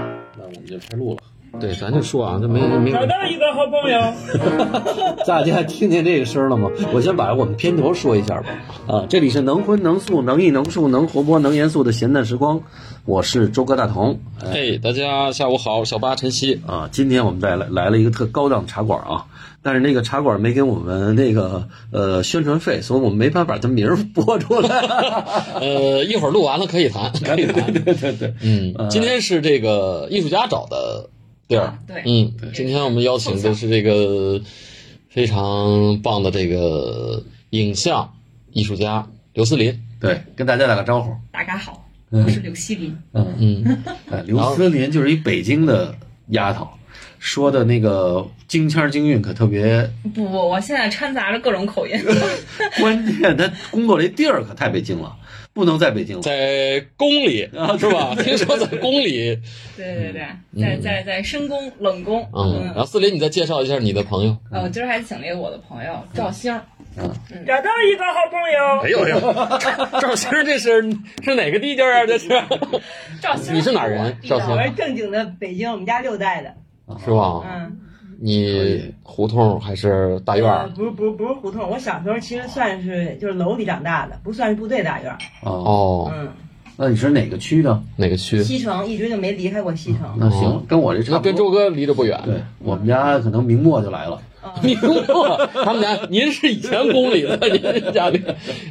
们就开录了。对，咱就说啊，这没没找到一个好朋友。 大家听见这个声了吗？我先把我们片头说一下吧。啊，这里是能荤能素能艺能术能活泼能严肃的闲淡时光，我是周哥大同。哎，大家下午好，小八晨曦。啊，今天我们再来来了一个特高档茶馆啊，但是那个茶馆没给我们那个呃宣传费，所以我们没办法把它名儿 播出来。呃，一会儿录完了可以 谈，可以谈。对对对，嗯，今天是这个艺术家找的地儿。对嗯，今天我们邀请的是这个非常棒的这个影像艺术家刘思林。对，跟大家打个招呼。大家好，我是刘希林。嗯，嗯，哎，刘思林就是一北京的丫头，说的那个京腔儿京韵可特别不不，我现在掺杂着各种口音。嗯关键他工作这地儿可太北京了，不能在北京了。在宫里啊是吧？听说在宫 里。对对对，在在在深宫冷宫。嗯，然后思林，你再介绍一下你的朋 友。呃，我今儿还请了一个我的朋友赵星儿，找到一个好朋友。哎呦哎呦，赵星这是是哪个地界儿啊？这 是赵星儿你是哪儿人？赵我是星正经的北京，我们家六代的。啊是吧？嗯，你胡同还啊是大院呃儿？不是不是不是胡同，我小时候其实算是就是楼里长大的，不算是部队大院儿。哦，哦，嗯，那你是哪个区的？哪个区？西城一直就没离开过西城。那行，跟我这那差不跟多。周哥离着不远。 对，我们家可能明末就来了。您不，他们家您是以前宫里的，您是家里。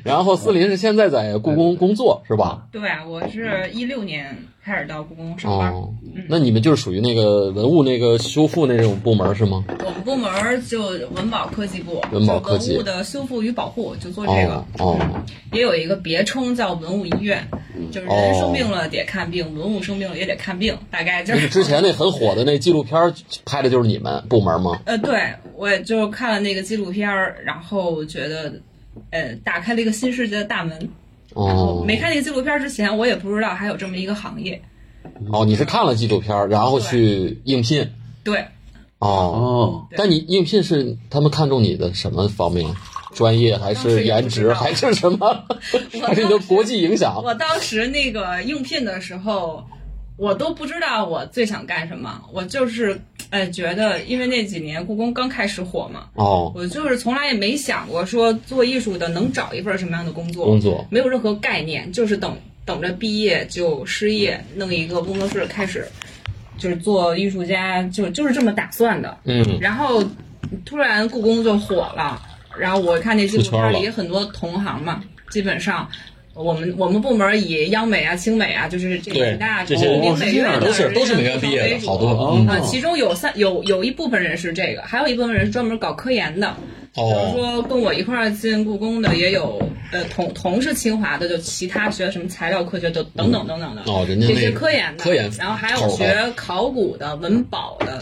然后思林是现在在故宫工作是吧？对，啊我是一六年开始到故宫上班。哦，那你们就是属于那个文物那个修复那种部门是吗？我们部门儿就文保科技部，文保科技就文物的修复与保护，就做这个。哦哦，也有一个别称叫文物医院，嗯就是人生病了得看病，文物生病了也得看病，大概就就是是之哦前那很火的那纪录片儿拍的就是你们部门吗？呃，对我也就看了那个纪录片儿，然后觉得，呃，打开了一个新世界的大门。然后哦，没看那个纪录片儿之前，我也不知道还有这么一个行业。哦，你是看了纪录片儿，然后去应聘对，哦。哦，对但你应聘是他们看中你的什么方面？专业还当时也是不颜知值道还是什 么？还是你的当时国际影响？我当时那个应聘的时候，我都不知道我最想干什么，我就是，呃，觉得因为那几年故宫刚开始火嘛，哦，我就是从来也没想过说做艺术的能找一份什么样的工作，工作没有任何概念，就是等等着毕业就失业，弄一个工作室开始，就是做艺术家，就就是这么打算的。嗯，然后突然故宫就火了，然后我看那纪录出圈片了里很多同行嘛，基本上。我们我们部门以央美啊、清美啊，就是这对北大、这些国哦民是美这院样的都是都是美院毕业的为主好多哦啊，其中有三有有一部分人是这个，还有一部分人是专门搞科研的。比如哦，嗯说跟我一块儿进故宫的也有，呃，同同是清华的，就其他学什么材料科学的等等等等的。哦，人家这那些个科研的，科研，然后还有学考古的、文保的，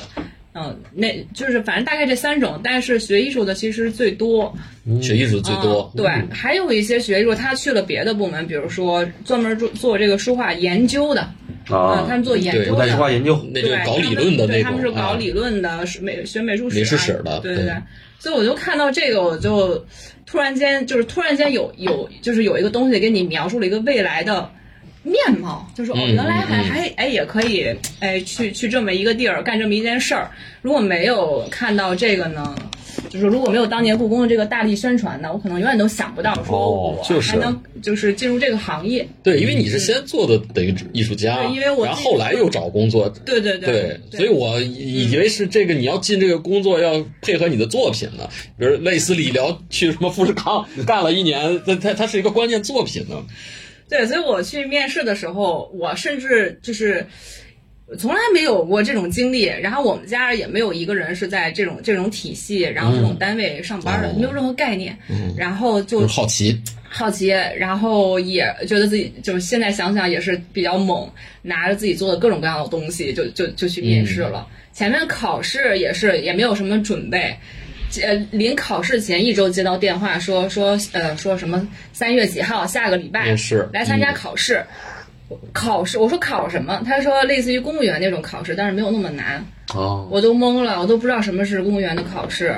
嗯、那就是反正大概这三种。但是学艺术的其实最多，学艺术最多嗯，对，还有一些学艺术他去了别的部门，比如说专门做做这个书画研究的，嗯，啊他，们做研对究古的代书，画研究。那就对，搞理论的那种，对，他们是搞哎理论的，是美学美术史、啊、美术史的对对对。所以我就看到这个，我就突然间就是突然间有有就是有一个东西给你描述了一个未来的面貌，就是哦，嗯原来嗯还、嗯还哎也可以哎去去这么一个地儿干这么一件事儿。如果没有看到这个呢，就是如果没有当年故宫的这个大力宣传呢，我可能永远都想不到说哦我就是还能就是进入这个行业。对，因为你是先做的等于艺术家，嗯啊对因为我然后后来又找工作，对对对，对所以我以以为是这个你要进这个工作要配合你的作品呢，比如类似理疗去什么富士 康干了一年，他他他是一个关键作品呢，对，所以我去面试的时候，我甚至就是从来没有过这种经历。然后我们家也没有一个人是在这种这种体系，然后这种单位上班的，哦没有任何概念。然后就就是好奇，好奇，然后也觉得自己就是现在想想也是比较猛，拿着自己做的各种各样的东西就就就去面试了。前面考试也是也没有什么准备，呃，临考试前一周接到电话说说呃说什么三月几号下个礼拜面试来参加嗯考试。考试，我说考什么？他说类似于公务员那种考试，但是没有那么难。哦，我都懵了，我都不知道什么是公务员的考试。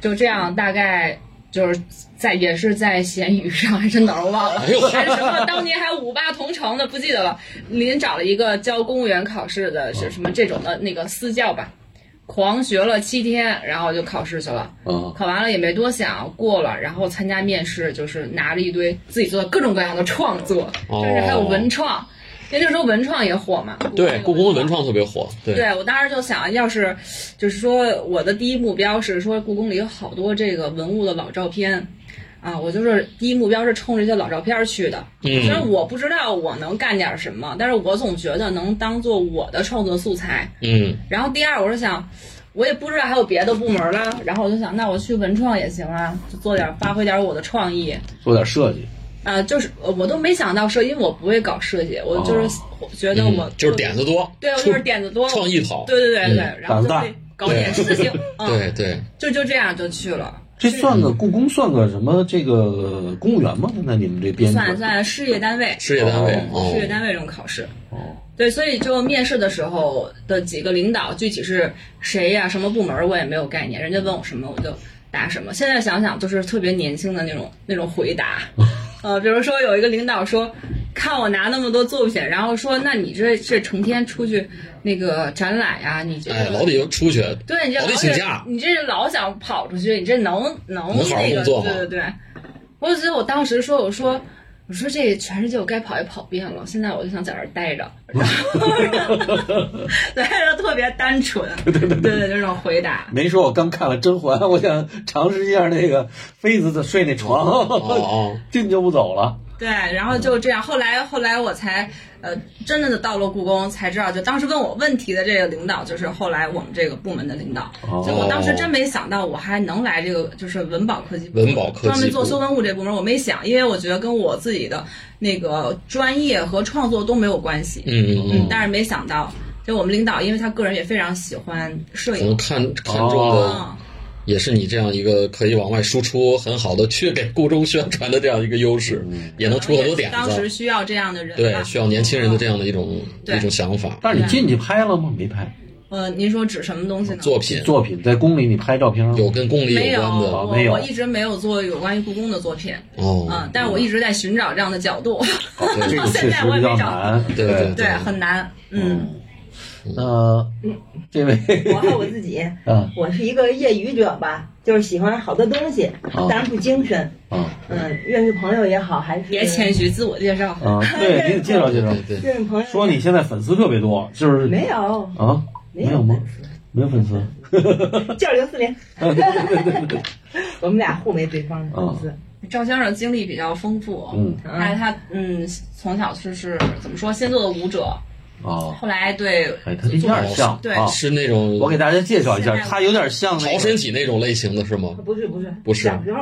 就这样，大概就是在也是在闲鱼上还是哪儿我忘了， 哎呦还是什么当年还五八同城的不记得了，临找了一个教公务员考试的是什么这种的那个私教吧，狂学了七天，然后就考试去了，啊，考完了也没多想，过了，然后参加面试，就是拿着一堆自己做的各种各样的创作，哦甚至还有文创，因为那时候文创也火嘛，对，故宫故宫的文。创特别火，对，对我当时就想，要是就是说我的第一目标是说故宫里有好多这个文物的老照片，啊，我就是第一目标是冲着这些老照片儿去的。嗯虽然我不知道我能干点什么，但是我总觉得能当做我的创作素材。嗯，然后第二，我是想，我也不知道还有别的部门了，然后我就想，那我去文创也行啊，就做点发挥点我的创意。做点设计，啊，就是呃我都没想到设计，因为我不会搞设计，我就是觉得我、嗯就是点子多，对，我就是点子多，创意好，对对对对，嗯然后就胆得搞点事 情，嗯，对对，就就这样就去了，这算个故宫，算个什么？这个公务员吗？现在你们这编制算算事业单位，事业单位，哦哦事业单位这种考试。哦，对，所以就面试的时候的几个领导，具体是谁呀、什么部门儿，我也没有概念。人家问我什么，我就答什么。现在想想，就是特别年轻的那种那种回 答。呃，比如说有一个领导说，看我拿那么多作品，然后说，那你这这成天出去那个展览呀、你这个、哎，老得出去，对你这老得老请想假你这老想跑出去，你这能能能好好那个工作吗对对对，我就觉得我当时说我说。我说这全世界我该跑也跑遍了，现在我就想在这儿待着， 然后对，就特别单纯， 对对对对，就这种回答，没说我刚看了《甄嬛》，我想尝试一下那个妃子的睡那哦床，哦， 进就不走了。对，然后就这样，后来后来我才呃真的就到了故宫，才知道，就当时问我问题的这个领导，就是后来我们这个部门的领导，哦就我当时真没想到我还能来这个，就是文保科技部文保科技部专门做修文物这部门，我没想，因为我觉得跟我自己的那个专业和创作都没有关系，嗯嗯嗯，但是没想到，就我们领导，因为他个人也非常喜欢摄可能影，看看中的嗯，也是你这样一个可以往外输出很好的去给故宫宣传的这样一个优势，也能出很多点嗯当时子，需要这样的人吧对，，需要年轻人的这样的一种嗯对啊一种想法，但是你进去拍了吗？没拍。呃，您说指什么东西呢？作品作品在宫里你拍照片吗有跟宫里没有，关的哦我没有我一直没有做有关于故宫的作品，哦嗯，，但是我一直在寻找这样的角度， 这个确现在实我比也较没找，难。对对对，很难，嗯，嗯，那这位我还有我自己，啊我是一个业余者吧，就是喜欢好多东西，当然不精深。啊嗯，认识朋友也好，还是别谦虚，自我介绍，啊！对，给你介绍介绍对。对对，认识朋友说你现在粉丝特别多，就是没有，啊？没没有有吗？没有粉丝。 就是刘四零，对对对对，我们俩互为对方的粉丝。赵先生经历比较丰富，嗯他他嗯从小就是怎么说，先做的舞者，哦，后来对哎，他这样像对啊。是那种我给大家介绍一下，他有点像那逃个生，体那种类型的是吗？不是不是不是小时候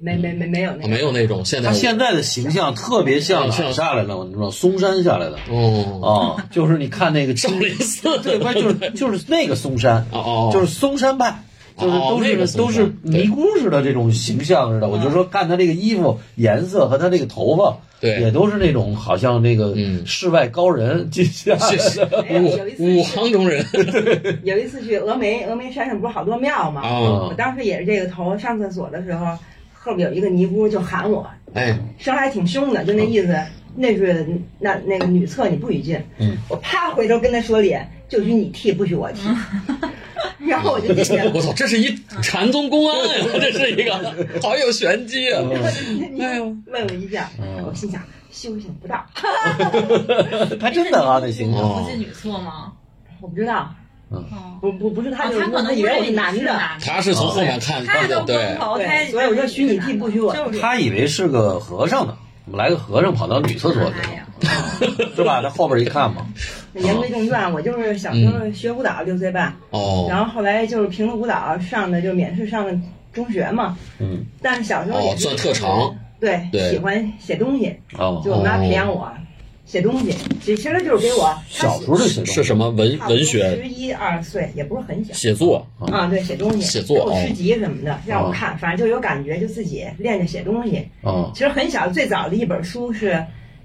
没没没没有那啊，个没有那种现代他舞，现在的形象特别像哪像儿下来的？我知道嵩山下来的哦，啊，就是你看 那个少林寺对，关键就是就是那个嵩山，哦哦，就是嵩山派，就是都哦那个是嵩山都是尼姑似的这种形象似的。我就说看他这个衣服颜色和他这个头发，对也都是那种好像那个嗯世外高人进下谢 谢来的。没有有一次武武行中 人有一次去峨眉，峨眉山上不是好多庙吗？啊，我当时也是这个头，上厕所的时候，后边有一个尼姑就喊我， 哎，声还挺凶的，就嗯那意思，那是那那个女厕你不许进。嗯，我啪回头跟她说脸，就许你剃，不许我剃。嗯 然后我就进 去了我。操，这是一禅宗公安呀，这是一 个，好有玄机啊！哎呦，问我一下，嗯我心想修行不到，他真的啊，那形象。嗯哦不进女厕吗？我不知道，哦，不不不是他，啊就是他可他能以为我是男不认为你是啊的，男的，他是从后面哦看他看都哎的，崩对，头，对他也所以我就许你剃不许我就是他以为是个和尚呢，我们来个和尚跑到女厕所哎呀去， 是吧？他后边一看嘛，言归正传，我就是小时候学舞蹈，六岁半，然嗯哦后后来就是凭着舞蹈上的，就免试上中学嘛。嗯，但是小时候哦也，是算特长，对，对喜欢写东西，就哦，我妈培养我写东西，其其实就是给我小时候就写东西是什么文文学十一二岁，也不是很小。写 作？啊，对，写东西，写作做哦诗集什么的，让我看，反正就有感觉，就自己练着写东西。哦，其实很小，最早的一本书是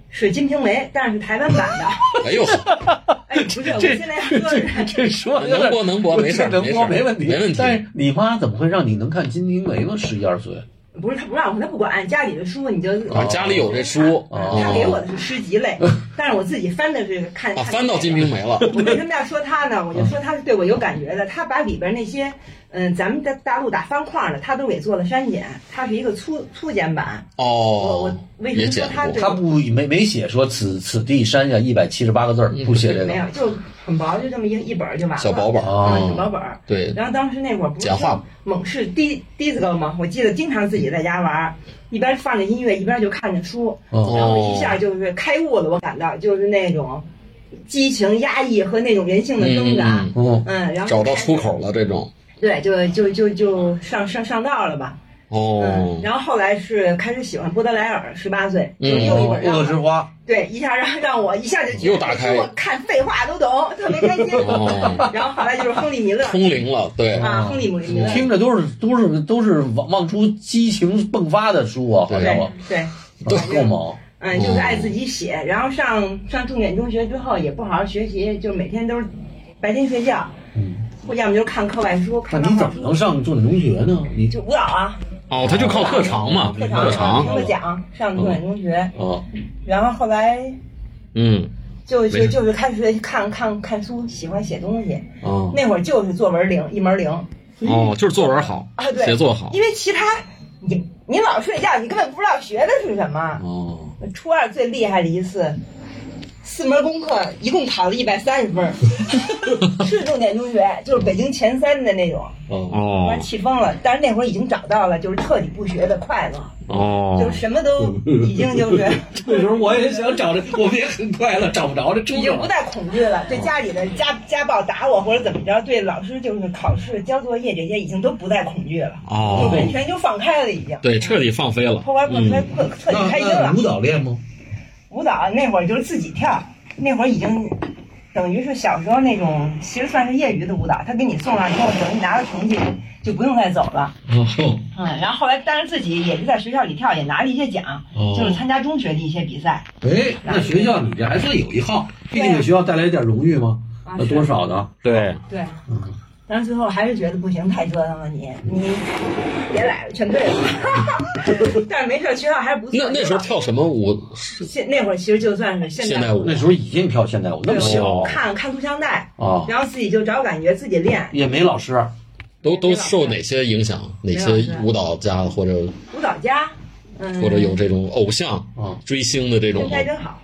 是《金瓶梅》，但是台湾版 的。哎呦，哎，不是，我这现在说的是这这说有点能播能播，没事儿，能没事播儿，没问题，没问题。但是你妈怎么会让你能看《金瓶梅》呢？十一二岁，不是他不让我，他不管，家里的书你就呃啊，家里有这书他给我啊的是诗集 类，但是我自己翻的是看啊，看翻到《金瓶 梅》了。我为什么要说他呢？我就说他是对我有感觉的，他把里边那些，嗯，咱们在大陆打方块的，他都给做了删减，他是一个粗粗简版。我哦我，为什也么说剪他过对他不没没写说此此地山下一百七十八个字儿，不写这个没有，就很薄，就这么一一本儿就完了。小薄本儿，嗯，小薄啊。本儿。对，然后当时那会儿不是简化说猛士低低子高吗？我记得经常自己在家玩儿，一边放着音乐，一边就看着书，哦然后一下就是开悟了。我感到就是那种激情压抑和那种人性的挣扎。嗯哦，嗯，然后找到出口了这种。对，就就就就上上上道了吧。哦嗯，，然后后来是开始喜欢波德莱尔，十八岁，就嗯又一本让哦恶我、之花，对一下让让我一下就觉得哎又打开我看废话都懂，特别开心。哦 然后后来就是亨利米勒通灵了，对，啊，亨利米勒，听着都是都是都是往往出激情迸发的书啊，好对家伙，对，够猛。嗯，哦就是爱自己写。然后上上重点中学之后也不好好学习，就每天都是白天睡觉，嗯，或要么就是看课外书，那看漫你怎画么书，能上重点中学呢？你就舞蹈啊，哦，他就靠特长嘛，嗯特特长听长，个讲，上重点中学，哦，然后后来。嗯，就没就事就是开始看看看书，喜欢写东西。哦，那会儿就是作文零，一门零哦，就是作文好啊，，对，写作好，因为其他你你老睡觉，你根本不知道学的是什么。哦，初二最厉害的一次，四门功课一共考了一百三十分儿， 是重点中学，就是北京前三的那种，哦，把哦气疯了。但是那会儿已经找到了就是彻底不学的快乐，就哦是，什 么都已经就是。这时候我也想找这，我们也很快乐，找不着这已中经不再恐惧了，对家里的嗯家家暴打我或者怎么着，对老师就是考试、交作业这些已经都不再恐惧了，就哦，完全就放开了，已哦经。对，彻底放飞了，嗯后来不开不彻底开心了。嗯舞蹈练吗？舞蹈那会儿就是自己跳，那会儿已经等于是小时候那种，其实算是业余的舞蹈。他给你送上之后，等于拿了成绩就不用再走了。哦，嗯，然后后来当然自己也是在学校里跳，也拿了一些奖，哦就是参加中学的一些比赛哎，那学校你这还算有一号，毕竟给学校带来一点荣誉吗？啊那多少呢？对，对。嗯，但是最后还是觉得不行，太折腾了你，你别来了，全对了。但是没事儿，学校还是不错。那那时候跳什么舞？现那会儿其实就算是现现哦代代舞那时候已经跳现代舞，那对么小我看看录像带，哦啊，然后自己就找感觉，自己练也没老师，啊都都受哪些影响？哪些舞蹈家或者舞蹈家，嗯，或者有这种偶像嗯追星的这种身材真好，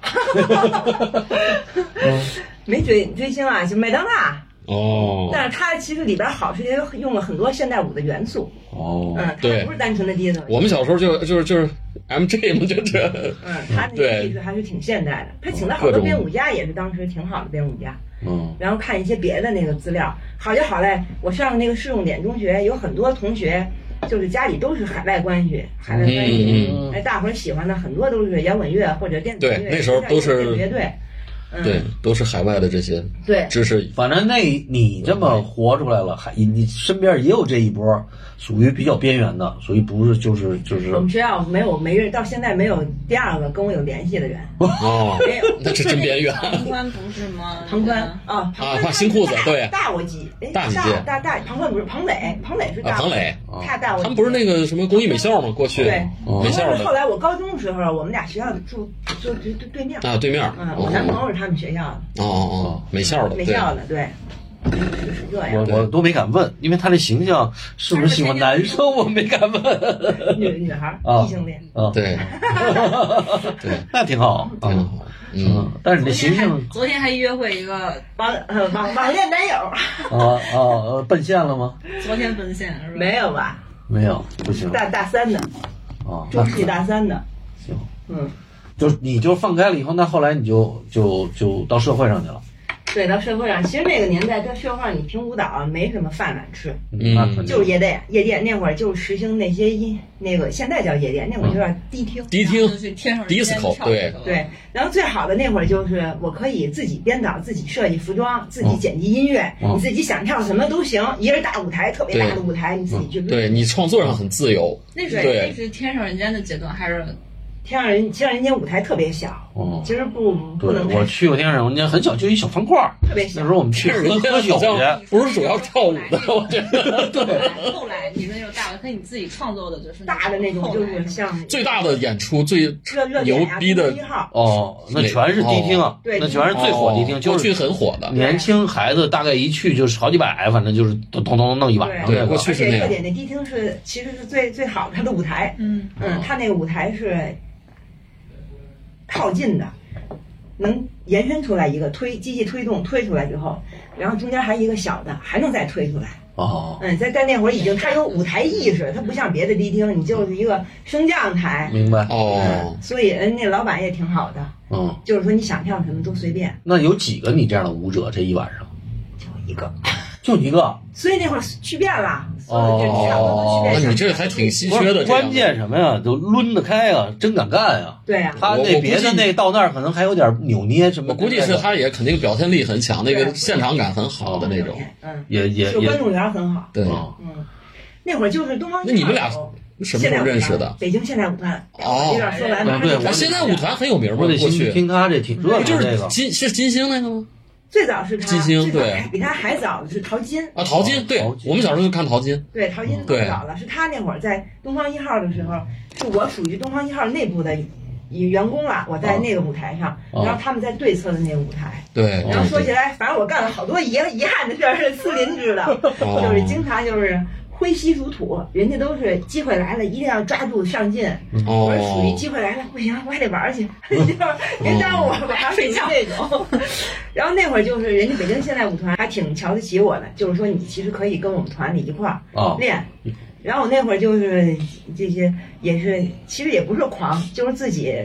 没追追星啊，就麦当娜。哦，但是它其实里边好是因为用了很多现代舞的元素，哦嗯，它对不是单纯的迪斯科。我们小时候就就是就是 M J 嘛，就这，嗯，他那个对技术还是挺现代的。他请了好各多种编舞家，也是当时挺好的编舞家。嗯，然后看一些别的那个资料，好就好在我上的那个市重点中学，有很多同学就是家里都是海外关系，海外关系。嗯哎，大伙儿喜欢的很多都是摇滚乐或者电子乐，对那时候都是电子乐队。嗯，对，都是海外的这些对知识反正那你这么活出来了，还你身边也有这一波，属于比较边缘的，属于不是就是就是我们学校没有没人，到现在没有第二个跟我有联系 的人。哦，没有那是真边缘。旁观不是吗？庞宽啊嗯啊，庞宽画他新裤子大对大我几，哎大几届大大庞宽不是庞磊，庞磊是啊，大我庞，磊，他大我他几。们不是那个什么公益美校吗？过去对哦美校然后后的来我高中的时候，我们俩学校住就就对对面。啊，对面嗯，我男朋哦友是他们学校哦哦，美校的，的，美对，校的，对，是这我样。我都没敢问，因为他这形象是不是喜欢男生，我没敢问。女女孩啊异性恋，啊，， 对，那挺好，挺好，嗯嗯，，但是昨你的形天象还昨天还约会一个，网呃网网恋男友啊啊呃奔现了吗？昨天奔现是吧？ 没有吧？没有，不行大大三的，啊，那中戏大三的，行，嗯，就是你就放开了以后，那后来你就就就到社会上去了，对，到社会上，其实那个年代在社会上，你凭舞蹈啊没什么饭碗吃，嗯那肯定就是夜店，夜店那会儿就实行那些音，那个现在叫夜店，那会儿就嗯叫迪厅。迪然厅后就去天上 disco，对对，然后最好的那会儿就是我可以自己编导、自己设计服装、自己剪辑音乐，嗯你自己想跳什么都行。一人大舞台，特别大的舞嗯台，你自己去。 对你创作上很自由，那是对那是天上人间的阶段，还是天上人天上人间舞台特别小，嗯哦，其实不不对能，我太去过天上人家很小，就一小方块儿。特别小那时。候我们去喝人喝家酒好去，像哦不是主要跳舞的，我觉 得对。后来你们有大的，可以你自己创作的，就是那大的那种后就来是像最大的演出最热热点呀，牛逼的一号，哦，那全是迪厅，对迪厅那全是最火迪厅，哦就过去是很火的。年轻孩子大概一去就是好几百，反正就是咚咚咚弄一晚上对那过个。去而是且那热样点的迪厅是其实是最最好的它的舞台，嗯，嗯，它那个舞台是靠近的，能延伸出来一个推机器推动推出来之后，然后中间还一个小的，还能再推出来。哦，嗯，在在那会儿已经它有舞台意识，它不像别的迪厅，你就是一个升降台。明白。哦嗯，，所以人家老板也挺好的，嗯，就是说你想跳什么都随便，那有几个你这样的舞者这一晚上？就一个。就一个。所以那会儿去遍了，所有的就是差不多哦都去那遍。你这还挺稀不缺是的。这样关键什么呀？就抡得开啊，真敢干啊！对呀、他我那我别估的计那到那儿可能还有点扭捏什么我的。估计是他也肯定表现力很强，那个啊对现场感很好的那种。，嗯，也也就也观众缘很好。对，哦嗯，那会儿就是东方那你们俩大楼什么时候认识的？？北京现代舞团。哦有点说来嗯对我哎，现在舞团很有名吗？我得过听去听他这挺热不闹就这是个。金是金星那个吗？最早是他，金星最早对比他还早的是陶金，啊，淘哦金，对淘金我们小时候就看淘金。对，陶金最对早了，是他那会儿在东方一号的时候，是我属于东方一号内部的员工了，我啊在那个舞台上，哦然后他们在对侧的那个舞台，对，然后说起啊哦对来，反正我干了好多遗遗憾的事儿，是四邻居的，哦就是经常就是挥膝如土，人家都是机会来了，一定要抓住上进。我是属于哦，机会来了，不行，我还得玩 儿去， 就是别耽误我，我还要睡觉那种。 然后那会儿就是人家北京现代舞团还挺瞧得起我的，就是说你其实可以跟我们团里一块儿哦练。然后我那会儿就是这些也是，其实也不是狂，就是自己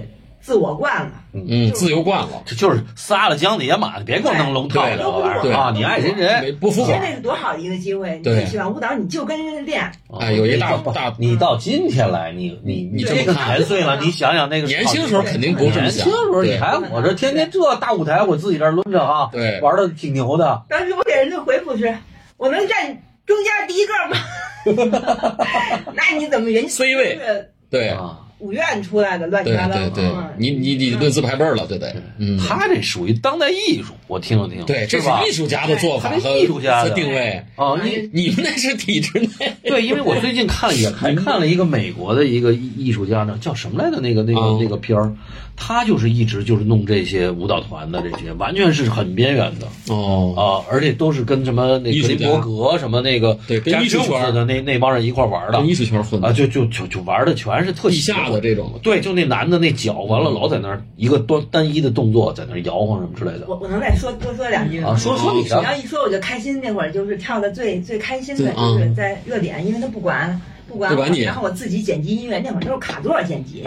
自我惯了。嗯，自由惯了，就就是撒了江的野马，别给我弄龙套这个玩意对儿啊！你爱谁没谁。不服其实管。那是多好的一个机会，你对喜欢舞蹈，你就跟人家练。哎，有一大不大 你到今天来，你你你这么个看年岁了，你想想那个年轻时候肯定不是这么年轻想时。候你对还我这天天这大舞台，我自己这儿抡着哈，对玩的挺牛的。当时我给人家回复是，我能站中间第一个吗？ 那你怎么人家 C 位是对啊，五院出来的乱七对八糟的嗯对对，嘛？哦你你你论资排辈儿了，对不对？嗯，他这属于当代艺术，我听了听，对，这是是吧？艺术家的做法他是和艺术家的和定位。啊，哎艺你们那是体制内， 对，因为我最近看了也还看了一个美国的一个艺艺术家呢，叫什么来着？那个那个嗯那个片儿，他就是一直就是弄这些舞蹈团的这些，完全是很边缘的哦，啊，而且都是跟什么那艺格术家林伯格什么那个对跟加艺术缪斯圈儿的那那帮人一块儿玩的跟艺术圈混啊，的，就就就就玩的全是特地邪下乎的。这种，对，就那男的那脚完了，老在那儿一个单单一的动作，在那儿摇晃什么之类的我我能再说多说两句啊。吗？说说你然的，后一说我就开心，那会儿就是跳的最最开心的，对啊嗯就是在热点，因为他不管不管不我管你，然后我自己剪辑音乐，那会儿都是卡座剪辑，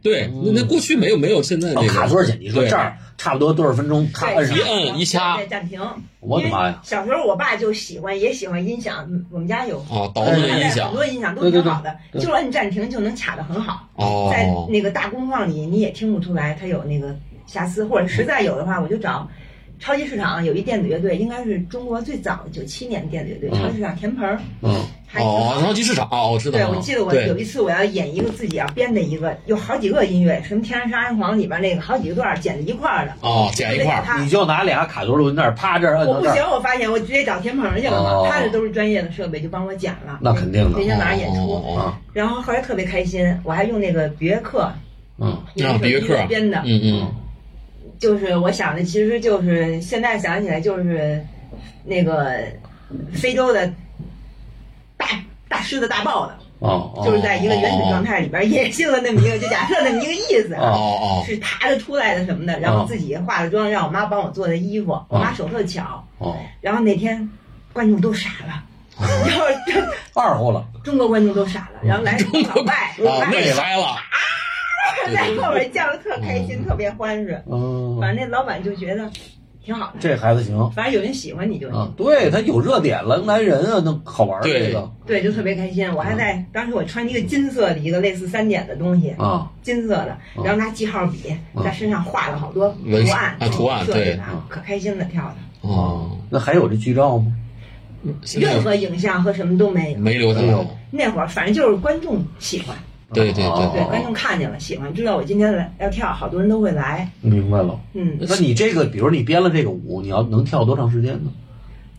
对，那那过去没有没有现在哦那个卡座剪辑说对这儿差不多多少分钟，咔摁上一，摁一掐对暂停。我的妈呀！小时候我爸就喜欢，也喜欢音响，嗯我们家有哦，倒腾的音很响多音响都对对挺对好的，对就按暂停就能卡得很好。在哦，那个大功放里，你也听不出来它有那个瑕疵，或者实在有的话，我就找超级市场有一电子乐队，应该是中国最早的九七年的电子乐队，嗯超级市场田鹏儿，嗯，还挺哦，好。超级市场，哦，我知道对，了，我记得我有对一次我要演一个自己要编的一个，有好几个音乐，什么《天上杀人狂》里边那个好几段儿剪在一块儿的，哦，哎剪一块我儿，就得给你就拿俩卡座录音那儿啪这儿摁他我到不这儿，行，我发现我直接找田鹏儿去了嘛，哦他这都是专业的设备，就帮我剪了。那肯定的人家晚上演出，哦啊然后后来特别开心，我还用那个别克，嗯啊用别克编的，嗯嗯，就是我想的，其实就是现在想起来就是那个非洲的大大狮子大豹子，哦哦，就是在一个原始状态里边野性的那么一个，就假设那么一个意思。哦啊哦， 是爬着出来的什么的，然后自己化了妆，让我妈帮我做的衣服，我妈手特巧。哦，然后那天观众都傻了， 然后二货了， 中国观众都傻了，然后来了一个老外，老哦，外那嗨了，啊在后面叫的特开心，特别欢实。嗯，反正那老板就觉得挺好的，这孩子行反正有人喜欢你就行啊，对他有热点了，来人啊，那好玩儿对这个对，就特别开心。我嗯还在当时我穿一个金色的一个类似三点的东西，啊，金色的，嗯然后拿记号笔嗯在身上画了好多纹图案，啊图案设计对的嗯可开心的跳的。哦，那还有这剧照吗？现任在何影像和什么都没有。嗯没留下没有来，那会儿反正就是观众喜欢，对对哦对，对，观众看见了，喜欢，知道我今天来要跳，好多人都会来。明白了。嗯，那你这个，比如你编了这个舞，你要能跳多长时间呢？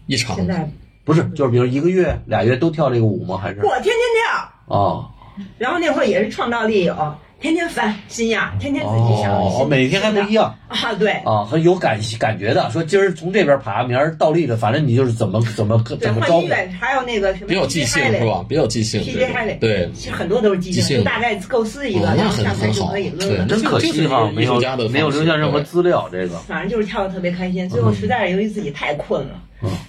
一场现在不是，就是比如一个月、俩月都跳这个舞吗？还是我天天跳，哦然后那会儿也是创造力有，天天翻新样，天天自己想。哦，每天还不一样样啊？对啊，很有感感觉的。说今儿从这边爬，明儿倒立的，反正你就是怎么怎么对，怎么换招音呼乐，还有那个什么比较即兴 DJ 是吧？比较即兴， P 对 J 还得对。其实很多都是即即兴兴，的就大概构思一个，哦那然后很上台很就好可以抡对了。真可惜哈，这是没有艺术家的方式没有留下任何对资料。这个反正就是跳的特别开心，最后实在是由于自己太困了，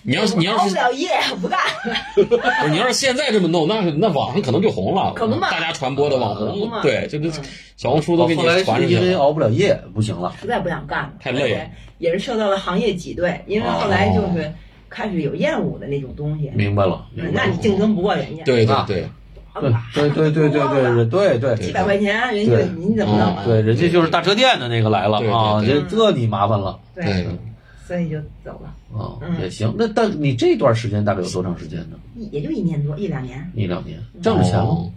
你要是嗯你要熬是不了夜不干， 不是，你要是现在这么弄，那是那网上可能就红了，可不嘛大家传播的网可不红，嘛对，这这嗯小红书都哦给你后来传上是去因为了。熬不了夜，不行了。实在不想干了，太累了哦而且也是受到了行业挤兑，因为后来就是开始有厌恶的那种东西，嗯明白了，明白那了你竞争不过人家，对对啊对，对对对对对对对对几百块钱人家对嗯你怎么弄哦啊？对，人家就是大车店的那个来了啊，对这对对这你麻烦了对对，，所以就走了，啊，嗯也行。那但你这段时间大概有多长时间呢？一也就一年多一两年，一两年，挣着钱吗？哦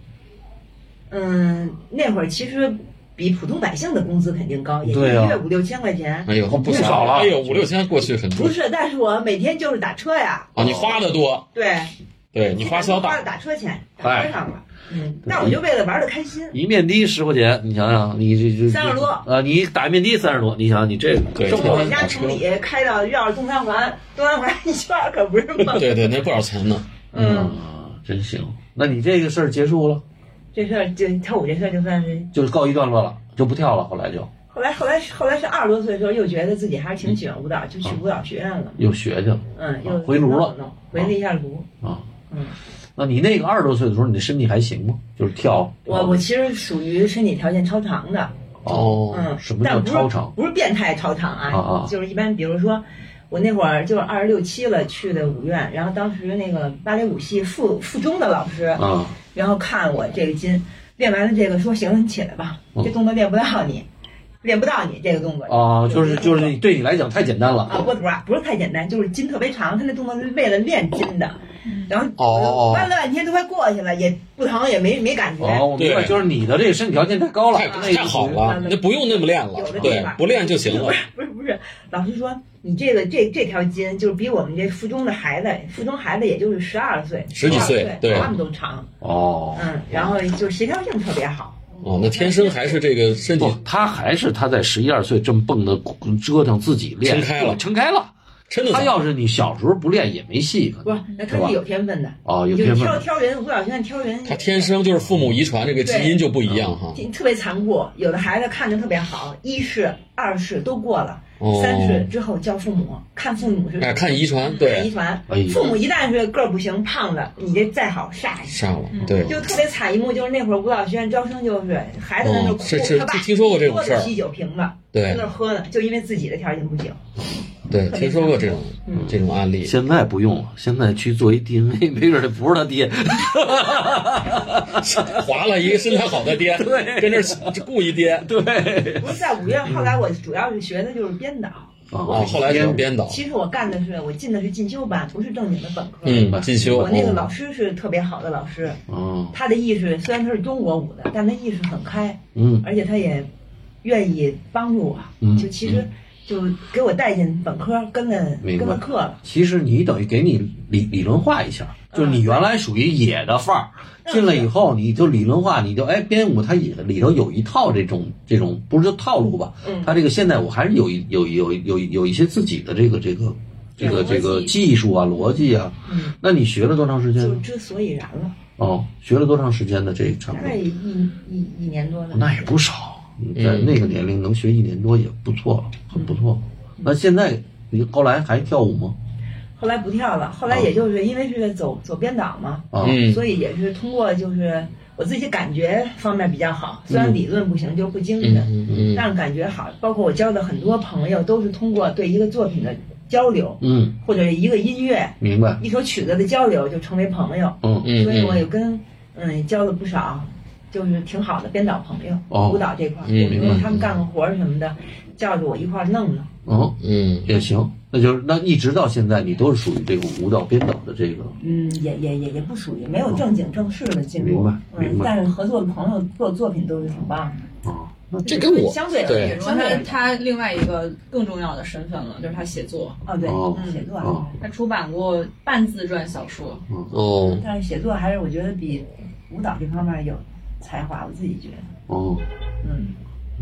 嗯，那会儿其实比普通百姓的工资肯定高，也就一对啊月五六千块钱，哎呦，哦不少少了哎呦，五六千过去很多不是，但是我每天就是打车呀，啊，你花的多，对，对你花销花大了，打车钱，打车上了，嗯，那我就为了玩的开心，一面的十块钱，你想想，你这这30多啊，你打一面的三十多，你想想你这对挣从不我了们家城里开到绕着东三环，东三环一圈儿可不是 梦。对对，那不少钱呢。嗯，啊，真行。那你这个事儿结束了，这事儿就跳舞这事儿就算是就是告一段落了，就不跳了。后来就后来后来后来是二十多岁的时候，又觉得自己还是挺喜欢舞蹈，就去舞蹈学院了。又学去了嗯，又回炉了，弄回了一下炉。啊。嗯，那你那个二十多岁的时候，你的身体还行吗？就是跳，我我其实属于身体条件超常的，哦，嗯，什么但叫不是超常？不是变态超常啊，啊啊就是一般，比如说我那会儿就是二十六七了去的舞院，然后当时那个芭蕾舞系附附中的老师，啊，然后看我这个筋练完了这个，说行了，你起来吧，嗯这动作练不到你，练不到你这个动作。哦，就是就是你对你来讲太简单了啊，我不是不是太简单，就是筋特别长，他那动作是为了练筋的，嗯然后哦弯了半天都快过去了，也不疼也没没感觉，哦，我明白，对就是你的这个身体条件太高了太，那意思太好是了，啊那不用那么练了有的，地对方，不练就行了不。是不是不是，老师说你这个这这条筋就是比我们这附中的孩子，附中孩子也就是十二岁、十几12岁岁，对他们都长，哦。嗯，然后就协调性特别好，哦，那天生还是这个身体不，他还是他在十一二岁这么蹦的折腾，自己练撑开了撑开了。撑得他早。要是你小时候不练也没戏，可不能是，那他对吧是有天分的，哦，有你天就分挑的挑人，舞蹈学院挑人，他天生就是父母遗传这个基因就不一样哈。挺特别残酷，有的孩子看着特别好，一试、二试都过了，哦，三试之后教父母，看父母是哎，看遗传，遗对，传哎呦，父母一旦是个儿不行、胖了，你这再好煞一上了，对，嗯就特别惨一幕，就是那会儿舞蹈学院招生，就是孩子在那哦哭，，是是他爸听听说过这种多事着儿，啤酒瓶子在对那儿喝呢，就因为自己的条件不行。对，听说过这种嗯这种案例。现在不用了，现在去做一 DNA，没准这不是他 爹。划了一个身材好的 爹，对跟这儿 故意爹。对，不是在 五院，后来我主要是学的就是编导。啊，后来是编导，其实我干的是，我进的是进修班，不是正经的本科。嗯，进修。我那个老哦师是特别好的老师，嗯他的意识虽然他是中国舞的，但他意识很开，嗯，而且他也愿意帮助我。嗯就其实就给我带进本科，跟了明跟白了课了。啊其实你等于给你理理论化一下，嗯就是你原来属于野的范儿，进来以后你就理论化，你就哎编舞它也里头有一套这种这种不是叫套路吧，嗯它这个现代舞还是有一有有有有一些自己的这个这个这个逻辑这个技术啊逻辑啊。嗯，那你学了多长时间就呢？之所以然了。哦，学了多长时间的这个差大不概多？一一一年多了。那也不少，你在那个年龄能学一年多也不错了，很不错。嗯那现在你后来还跳舞吗？后来不跳了，后来也就是因为是走走编导嘛，啊，哦嗯，所以也是通过就是我自己感觉方面比较好，虽然嗯理论不行，就是不精嗯神，嗯嗯，但感觉好。包括我交的很多朋友都是通过对一个作品的交流，嗯，或者一个音乐、明白。一首曲子的交流就成为朋友，嗯，嗯所以我嗯有跟嗯交了不少。就是挺好的编导朋友，哦舞蹈这块儿，嗯有时候明白他们干个活儿什么的，叫着我一块儿弄弄。哦，嗯，也行。那就是那一直到现在，你都是属于这个舞蹈编导的这个。嗯，也也也也不属于没有正经正式的进明入白，明嗯，白但是合作的朋友做作品都是挺棒的。哦，那这跟我相对而对言然相后对他而言他另外一个更重要的身份了，就是他写作，哦对哦，写作还哦是，他出版过半自传小说，哦，但是写作还是我觉得比舞蹈这方面有才华，我自己觉得。哦，嗯，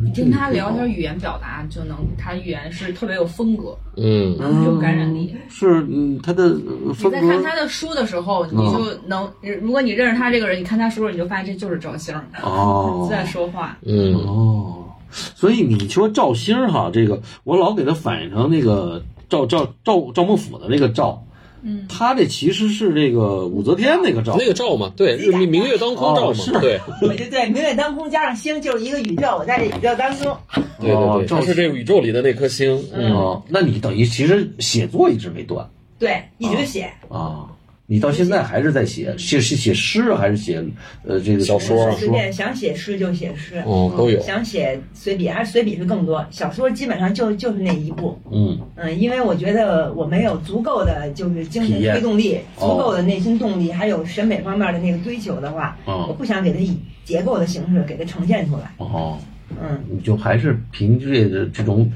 你跟他聊，他语言表达就能，他语言是特别有风格，嗯，有感染力。是，嗯，他的呃你风在看格嗯他的书的时候，你就能，如果你认识他这个人，你看他书，你就发现这就是赵兴儿哦 在说话。嗯，哦，所以你说赵兴儿哈，这个我老给他反映成那个赵赵赵赵孟俯的那个赵，嗯，他这其实是这个武则天那个赵那，个照嘛，对，日明明月当空照哦嘛是，对，我就对明月当空加上星就是一个宇宙，我在这宇宙当中。对对哦对，赵它是这个宇宙里的那颗星，嗯，哦，那你等于其实写作一直没断对，一直写，啊，你到现在还是在写，写写写诗啊还是写呃这个小说就是啊随便想写诗就写诗，哦，都有，想写随笔还是随笔是更多，小说基本上就就是那一部。嗯嗯，因为我觉得我没有足够的就是精神体验推动力，哦足够的内心动力，还有审美方面的那个追求的话，我哦不想给它以结构的形式给它呈现出来。哦，嗯，你就还是凭借着这种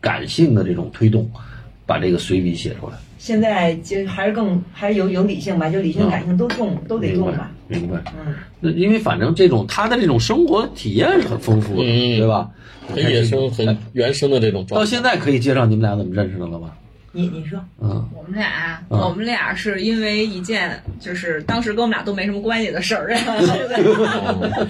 感性的这种推动，把这个随笔写出来。现在其实还是更还是有有理性吧，就理性哦嗯感性都重，都得明重白吧。，明白。嗯，那因为反正这种他的这种生活体验是很丰富的，嗯对吧？很野生、很原生的这种哎到状态。现在可以介绍你们俩怎么认识的了吧？你你说，嗯，我们俩，嗯我们俩是因为一件就是当时跟我们俩都没什么关系的事 儿。哦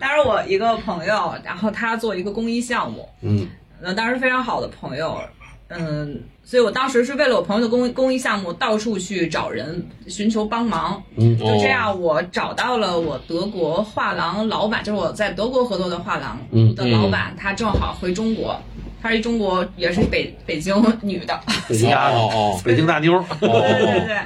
当时我一个朋友，然后他做一个公益项目，嗯，那当时非常好的朋友，嗯，所以我当时是为了我朋友的公益公益项目到处去找人寻求帮忙，嗯 就这哦样我找到了我德国画廊老板，就是我在德国合作的画廊嗯的老板，他正好回中国，她是一中国也是北北京女的，北京丫头，哦北京大妞儿，哦对对 哦，对。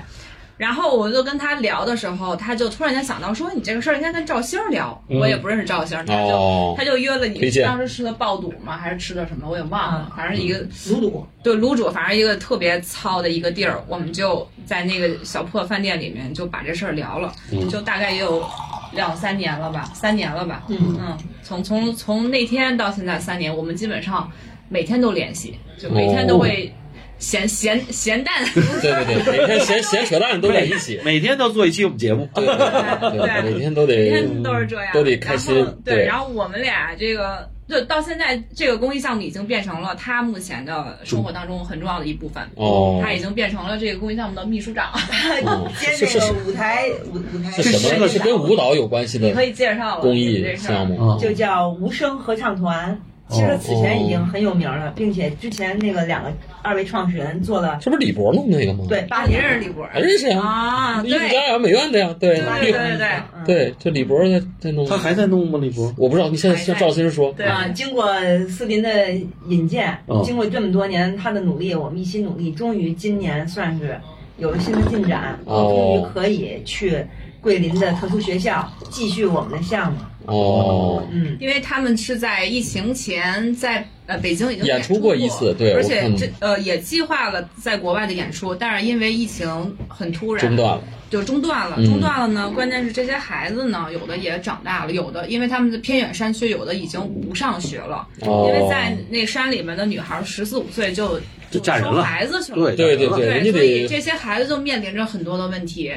然后我就跟他聊的时候，他就突然间想到说，你这个事儿应该跟赵兴儿聊。嗯我也不认识赵兴儿，他就、哦他就约了推你，荐嗯当时吃的爆肚吗？还是吃的什么？我也忘了，反正一个鲁 鲁，对卤煮，反正一个特别糙的一个地儿，我们就在那个小破饭店里面就把这事儿聊了，嗯就大概也有两三年了吧，三年了吧，嗯嗯，从从从那天到现在三年，我们基本上每天都联系，就每天哦都会闲、闲闲淡，对对对，每天闲闲扯淡都在一 起，每天都做一期我们节目，对 对对，每天都得每天都是这样，都得开心然后对，对然后我们俩这个。就到现在，这个公益项目已经变成了他目前的生活当中很重要的一部分。哦他已经变成了这个公益项目的秘书长。哦兼是是那是个舞台舞舞台是什么？是跟舞蹈有关系你可的以介绍了公益这事儿项目。啊，就叫无声合唱团。其哦实此前已经很有名了，并且之前那个两个二位创始人做了这不是李博弄那个吗？对，啊八你年认识李博？还认识呀，啊，艺术对家呀，美院的呀，对对李对对对嗯对，这李博在在弄，他还在弄吗？李博？我不知道，你现在像赵鑫说，对啊，经过斯林的引荐哦嗯，经过这么多年他的努力，我们一起努力，终于今年算是有了新的进展，哦终于可以去桂林的特殊学校继续我们的项目。哦，嗯，因为他们是在疫情前在呃北京已经演出出过一次对而我且看这呃也计划了在国外的演出，但是因为疫情很突然，中断了，就中断了。嗯中断了呢，关键是这些孩子呢，有的也长大了，有的因为他们的偏远山区，有的已经不上学了，哦因为在那山里面的女孩十四五岁就就嫁人了生孩子去了，对对对对，人家所以得这些孩子就面临着很多的问题，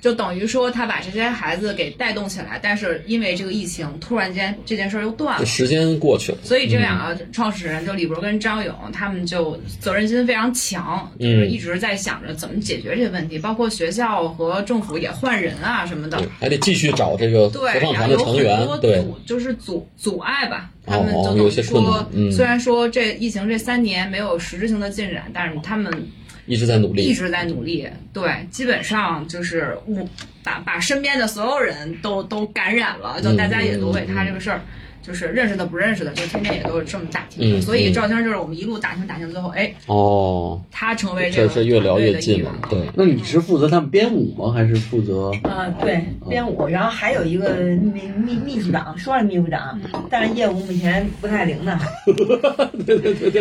就等于说他把这些孩子给带动起来，但是因为这个疫情，突然间这件事儿又断这了。时间过去了，所以这两个嗯创始人，就李博跟张勇，他们就责任心非常强，嗯就是一直在想着怎么解决这个问题，包括学校和政府也换人啊什么的对。，还得继续找这个合对，唱团然后的有成很员多，对，阻，就是阻阻碍吧。哦他们就等有于些困难说，嗯虽然说这疫情这三年没有实质性的进展，但是他们一直在努一力，直在努力。对，基本上就是嗯我把把身边的所有人都都感染了，就大家也都为他这个事儿。就是认识的不认识的，就天天也都是这么打听嗯的。所以嗯赵先生就是我们一路打听打听，最后哎，哦，他成为这这个是越聊团队越的一近员了了，。对，那你是负责他们编舞吗？还是负责？啊，对，编舞，然后还有一个秘秘秘书长，说是秘书长，但是业务目前不太灵 呢，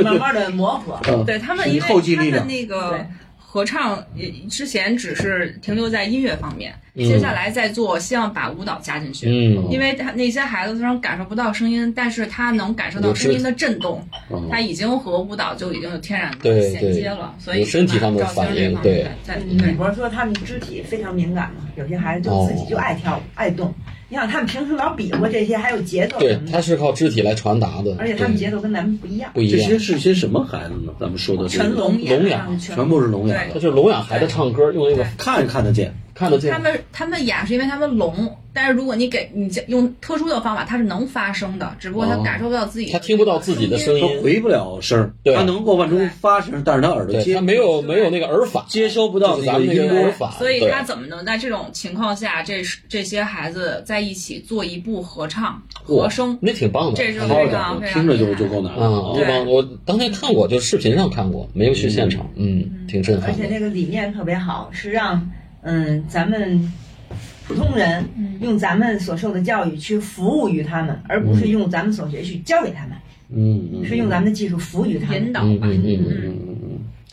慢慢的磨合。嗯，对他们，是因一后继为他力量。们那个对合唱也之前只是停留在音乐方面，嗯接下来再做，希望把舞蹈加进去。嗯因为他那些孩子虽然感受不到声音，但是他能感受到有身声音的震动，嗯他已经和舞蹈就已经有天然的对衔接了，所以有身体上的赵先反生这应方对面在嗯对，我是说他们肢体非常敏感嘛，有些孩子就自己哦就爱跳、爱动。你想他们平时老比划这些，还有节奏对什，么他的，是靠肢体来传达的，而且他们对节奏跟咱们不一样。不一这些样，是些什么孩子呢？咱们说的这全个，聋聋哑哑，全部是聋哑对他的，就是聋哑孩子唱歌用那个对看也看得见。看得见他，们他们哑是因为他们聋，但是如果你给你这用特殊的方法，他是能发声的，只不过他哦感受不到自己，他听不到自己的声他音，回不了声儿，对他能够往中发声，但是他耳朵对接他没有没有那个耳返，接收不到就是那咱个们那音个波耳对，返，所以对他怎么能在这种情况下，这是这些孩子在一起做一部合唱和声？那挺棒的，这就是好好非的。家伙常，非常听着就厉害就够难啊，那了对啊。帮我当年看过，就视频上看过，没有去现场，嗯，挺震而撼且的。那个理念特别好，是让嗯咱们普通人嗯用咱们所受的教育去服务于他们，而不嗯是用咱们所学去教给他们，嗯嗯，是用咱们的技术服务于他引们。导嗯吧。嗯嗯嗯，嗯，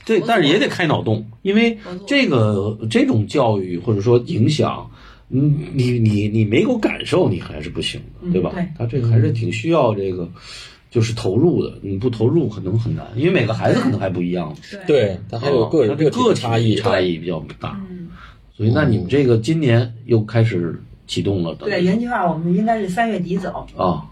对，但是也得开脑洞，因为这个这种教育或者说影响，嗯，你你你没有感受，你还是不行的，嗯对吧？对他这个还是挺需要这个，就是投入的，你不投入可能很难，因为每个孩子可能还不一样，对，对，他还有个人啊他这个体个的体差异，差异比较大，嗯，所以那你们这个今年又开始启动了的，对，原计划我们应该是三月底走，啊，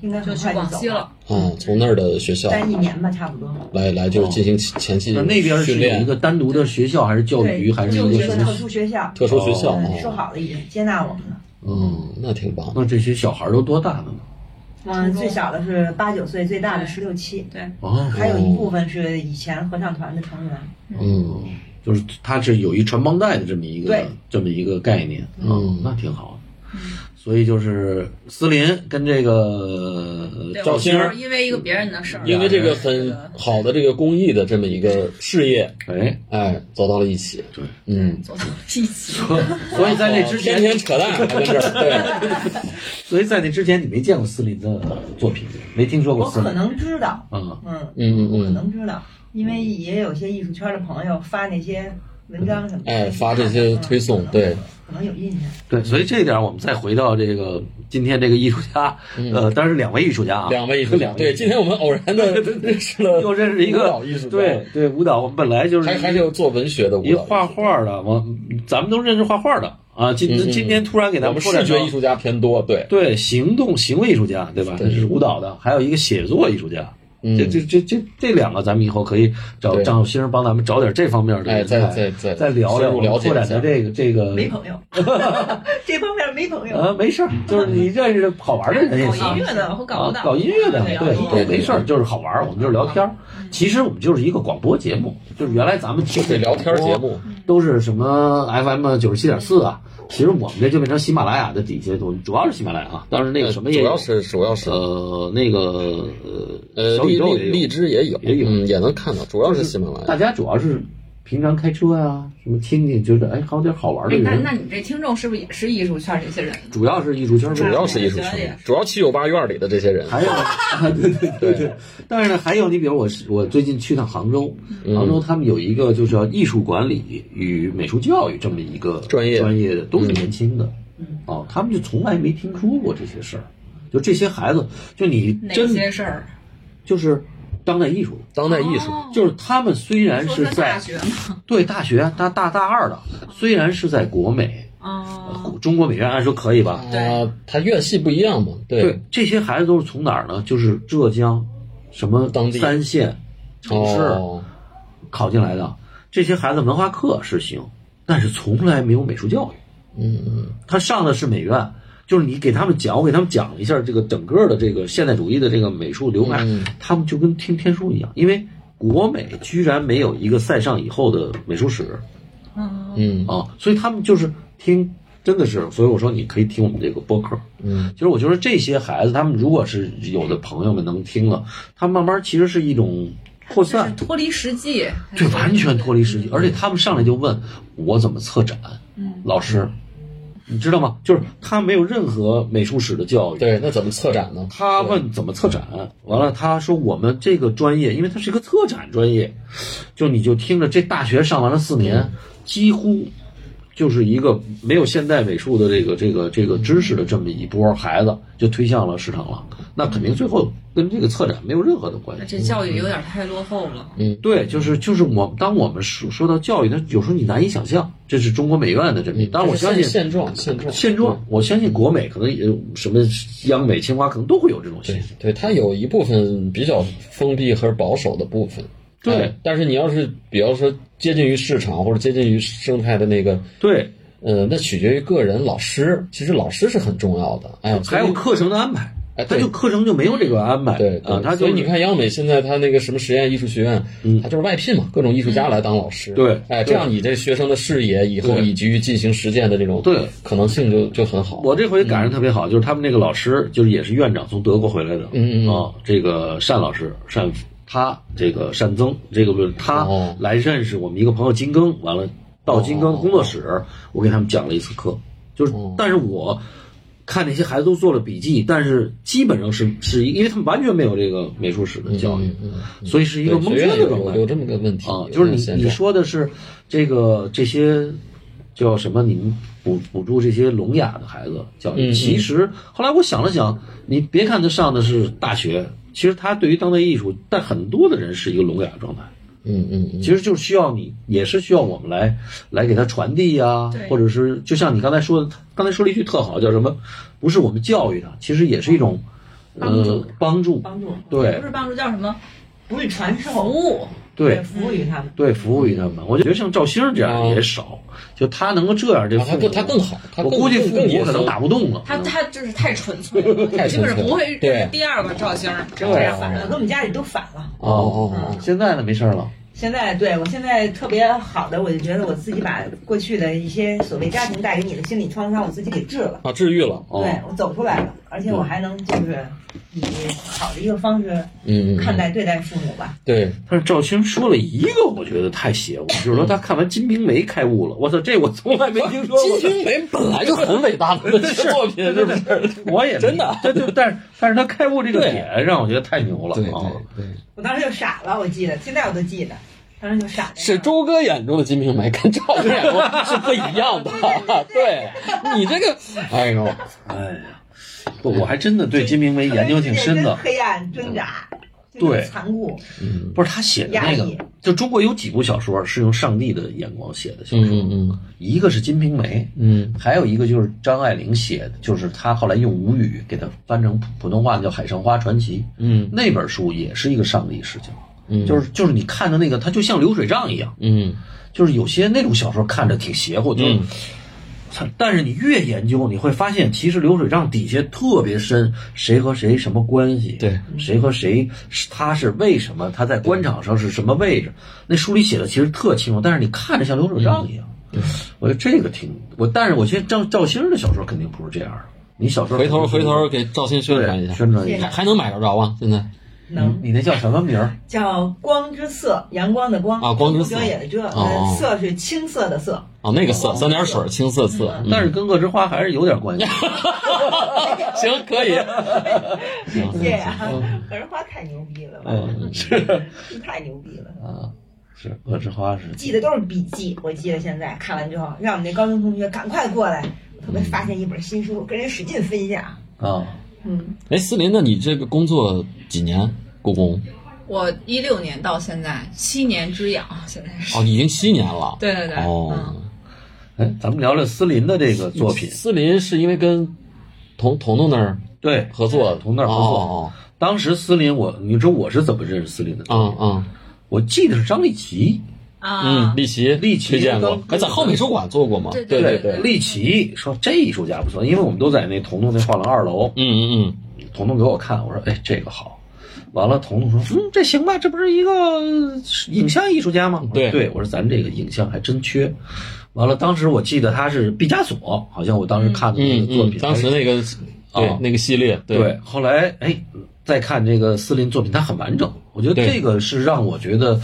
应该就很去快广走西，了。啊，从那儿的学校待一年吧，差不多。来来就是进行前期哦那那边是训有一练，个单独的学校，还是教育对，局，还是就一一个个什么特？殊学校，特殊学校嗯哦说好了已经接纳我们了。嗯，那挺棒。那这些小孩儿都多大了呢？嗯，最小的是八九岁，最大的十六七，哦，还有一部分是以前合唱团的成员。嗯，就是它是有一传帮带的这么一个对这么一个概念，嗯那挺好的。所以就是斯林跟这个对，赵我星儿就是因为一个别人的事儿，因为这个很好的这个公益的这么一个事业，哎，哎，走到了一起。对，嗯，走到一起，所以在那之天哦天前，扯淡还在这儿， 对，所以在那之前你没见过斯林的作品，没听说过我斯哦可林。能知道，啊，嗯嗯，我可嗯嗯，嗯能知道，因为也有些艺术圈的朋友发那些文章什么的，嗯哎，发这些推送，对，可能有印象。对，所以这一点我们再回到这个今天这个艺术家，呃，当然是两位艺术家啊，嗯两位艺术家，两位对，今天我们偶然的认识了，又认识一个舞蹈艺术家对对，舞蹈，我们本来就是还还是有做文学的舞一蹈，画画的，我咱们都认识画画的啊。今嗯嗯今天突然给咱我们们说两视个觉艺术家偏多，对，对行动行为艺术家，对吧？对这是舞蹈的，还有一个写作艺术家。嗯这这这这这两个，咱们以后可以找对张小星帮咱们找点这方面的哎人才，再再再再聊深聊入了解拓展一下的这个这个 没朋友，这方面没朋嗯啊，友。没事儿，就是你认识好 玩的人也行嗯搞音。乐的和搞啊舞蹈，搞音乐的，对对对没事儿，就是好玩儿，我们就是聊天儿。嗯其实我们就是一个广播节目，就是原来咱们听对，的聊天节目，都是什么 FM 九十七点四啊。其实我们这就变成喜马拉雅的底下，我们主要是喜马拉雅啊，当然那个什么也嗯主有要，是主要是呃，那个呃，小荔宇宙荔也有荔枝也有，也有嗯，也能看到，主要是喜马拉大雅。家主要是平常开车啊，什么听听，觉得哎，还有点好玩的哎，那那人，你这听众是不是也是艺术圈这些人？主要是艺术圈儿，主要是艺术我觉得圈也，是主要七九八院里的这些人，还有， 啊对对对对，但是呢，还有你比如我是我最近去趟杭州，嗯杭州他们有一个就是叫艺术管理与美术教育这么一个专业嗯专业的，都是年轻的，嗯哦，他们就从来没听说过这些事儿，就这些孩子，就你哪真些事儿？就是当代艺术，当代艺术，就是他们虽然说是是大在学吗？对大学大大大二的，虽然是在国美，哦，嗯中国美院按说可以吧，啊，它院系不一样嘛，对，，这些孩子都是从哪儿呢？就是浙江，什么当地三线城市哦，考进来的。这些孩子文化课是行，但是从来没有美术教育。嗯嗯，他上的是美院，就是你给他们讲，我给他们讲了一下这个整个的这个现代主义的这个美术流派，嗯他们就跟听天书一样，因为。国美居然没有一个塞上以后的美术史嗯啊，所以他们就是听真的是，所以我说你可以听我们这个播客。嗯，其实我觉得这些孩子，他们如果是有的朋友们能听了，他慢慢其实是一种扩就是散，脱离实际，对，完全脱离嗯实际。而且他们上来就问我怎么策展，老师，你知道吗？就是他没有任何美术史的教育，对，那怎么策展呢？他问怎么策展，完了他说我们这个专业，因为它是一个策展专业，就你就听着这大学上完了四年，嗯几乎就是一个没有现代美术的这个这个这个知识的这么一波孩子，就推向了市场了。那肯定最后跟这个策展没有任何的关系。这教育有点太落后了。对，就是就是我，当我们说说到教育，它有时候你难以想象，这是中国美院的这么一。当然，我相嗯信这是现嗯状，现状，现状，我相信国美可能也什么央美、清华可能都会有这种现对象。对，它有一部分比较封闭和保守的部分。对哎但是你要是比方说接近于市场或者接近于生态的那个，对，呃，那取决于个人老师，其实老师是很重要的。哎呀，所以还有课程的安排，哎他对就课程就没有这个安排，对啊，他所就嗯以你看央美现在他那个什么实验艺术学院，他就是外聘嘛，各种艺术家来当老师。对哎，这对样你这学生的视野以后对以及于进行实践的这种对可能性就就很好。我这回赶嗯上特别好，就是他们那个老师，就是也是院长从德国回来的，嗯嗯嗯啊，这个单老师单他这个单增，这个不是他哦来认识我们一个朋友金庚，完了到金庚工作室，我给他们讲了一次课，就是哦但是我。看那些孩子都做了笔记，但是基本上是是因为他们完全没有这个美术史的教育，嗯嗯所以是一个蒙学院圈的有状态有。有这么个问题啊，有就是这种你现你状说的是这个这些叫什么？你们补补助这些聋哑的孩子教育，嗯嗯其实后来我想了想，你别看他上的是大学，其实他对于当代艺术，但很多的人是一个聋哑状态，嗯嗯嗯，其实就是需要你，也是需要我们来来给他传递呀、对或者是就像你刚才说的，刚才说了一句特好，叫什么？不是我们教育他，其实也是一种帮助呃帮助，帮助，对不是帮助叫什么不是传授，服务，对对，。服务于他们。嗯对，服务于他们。我觉得像赵星这样也少，就他能够这样，这啊他父母更他更好，他我更估计更父更母野可能生打不动了。他他就是太纯粹了，太纯粹了基本上不会对第二个赵星儿这对样啊反我正跟我们家里都反了。哦哦嗯现在呢，没事儿了。现在对我现在特别好的，我就觉得我自己把过去的一些所谓家庭带给你的心理创伤，我自己给治了。哦啊，嗯治愈了，哦，对我走出来了，而且我还能就是以好的一个方式嗯嗯，看待对待父母吧。对，但是赵星说了一个，我觉得太邪乎，就是说他看完《金瓶梅》开悟了。我操，这我从来没听说 过。金瓶梅本来就很伟大的作品，是不是？我也真的，对对，但是但是他开悟这个对点让我觉得太牛了对啊！对对，我当时就傻了，我记得，现在我都记得，当时就傻了。是周哥眼中的《金瓶梅》跟赵哥眼中是不一样的，对你这个， 哎呦，哎呀，不，我还真的对《金瓶梅》研究挺深的。黑暗挣扎，对残酷，嗯不是他写的那压抑个，就中国有几部小说是用上帝的眼光写的小说，嗯嗯一个是《金瓶梅》，嗯还有一个就是张爱玲写的，就是她后来用吴语给它翻成普普通话，叫《海上花传奇》。嗯那本书也是一个上帝视角，嗯，就是就是你看的那个，它就像流水账一样，嗯就是有些那种小说看着挺邪乎，就是。嗯但是你越研究，你会发现，其实流水账底下特别深，谁和谁什么关系？对，嗯谁和谁是他是为什么？他在官场上是什么位置？那书里写的其实特清楚，但是你看着像流水账一样。我觉得这个挺我，但是我觉得赵赵星儿的小说肯定不是这样的。你小时候回头回头给赵鑫宣对传一下，宣传一谢下谢。还能买着着吗？现在能你那叫什么名儿？叫光之色，阳光的光啊光之色遮也的遮，哦呃色是青色的色，哦，那个色三点水，青色色，嗯但是跟恶之花还是有点关系。行可以，哦谢嗯谢啊。 可是花太牛逼了吧，嗯，是太牛逼了。 啊，是恶之花是记的都是笔记，我记得现在看完之后，让我们那高中同学赶快过来，我特别发现一本新书，跟人使劲分享。啊，嗯，哎，思林，那你这个工作几年？故宫我一六年到现在七年之痒，啊现在是哦，已经七年了。对对对，哦嗯，，哎，咱们聊聊斯林的这个作品。思林是因为跟彤彤彤那儿对，合作，从那哎儿合作哦当时斯林我，你知道我是怎么认识斯林的？哦哦，嗯我记得是张立奇，啊嗯嗯，丽奇丽奇推荐过哎，刚，在浩美术馆做过吗？对对对对，立奇说这艺术家不错，因为我们都在那彤彤那画廊二楼，嗯嗯彤彤给我看，我说哎这个好，完了，彤彤说：“嗯，这行吧，这不是一个呃影像艺术家吗？”我说对对，我说咱这个影像还真缺。完了，当时我记得他是毕加索，好像我当时看的那嗯个作品，嗯，当时那个对啊那个系列，对，后来哎，再看这个司令作品，它很完整。我觉得对这个是让我觉得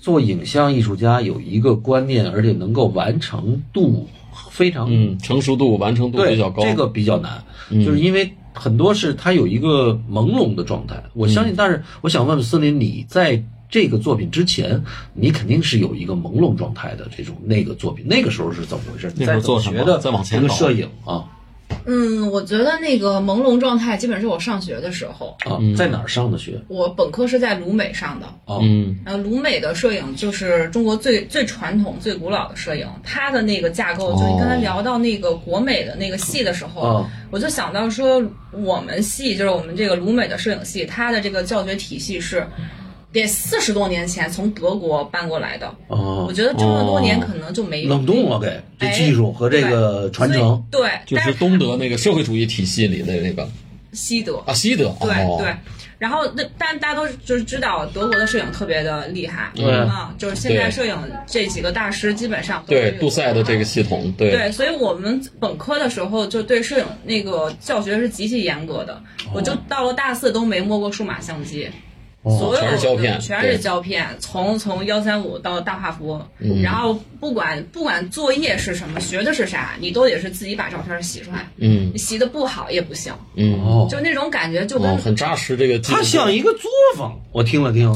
做影像艺术家有一个观念，而且能够完成度非常嗯，成熟度、完成度对比较高，嗯这个比较难，就是因为很多是它有一个朦胧的状态。我相嗯信，但是我想问问森林，你在这个作品之前，你肯定是有一个朦胧状态的这种那个作品，那个时候是怎么回事？那时候你在怎么做什么学的再往前这个倒摄影啊嗯，我觉得那个朦胧状态基本是我上学的时候，啊，在哪儿上的学？我本科是在鲁美上的，啊，嗯呃，鲁美的摄影就是中国最最传统、最古老的摄影，它的那个架构，就你刚才哦聊到那个国美的那个系的时候，哦我就想到说，我们系就是我们这个鲁美的摄影系，它的这个教学体系是得四十多年前从德国搬过来的。哦我觉得这么多年哦可能就没冷冻了给这哎技术和这个传承。对，就但是东德那个社会主义体系里的那个西德啊，西德，对哦对。然后那，但大家都就是知道德国的摄影特别的厉害，对啊，就是现在对摄影这几个大师基本上都对是杜塞的这个系统，对对，所以我们本科的时候就对摄影那个教学是极其严格的，哦我就到了大四都没摸过数码相机。所哦有全是胶片全对是胶片，从从幺三五到大画幅，嗯然后不管不管作业是什么，学的是啥，你都得是自己把照片洗出来，嗯你洗的不好也不行，嗯，哦，就那种感觉就跟哦，很扎实这个技术。它像一个作坊，我听了听，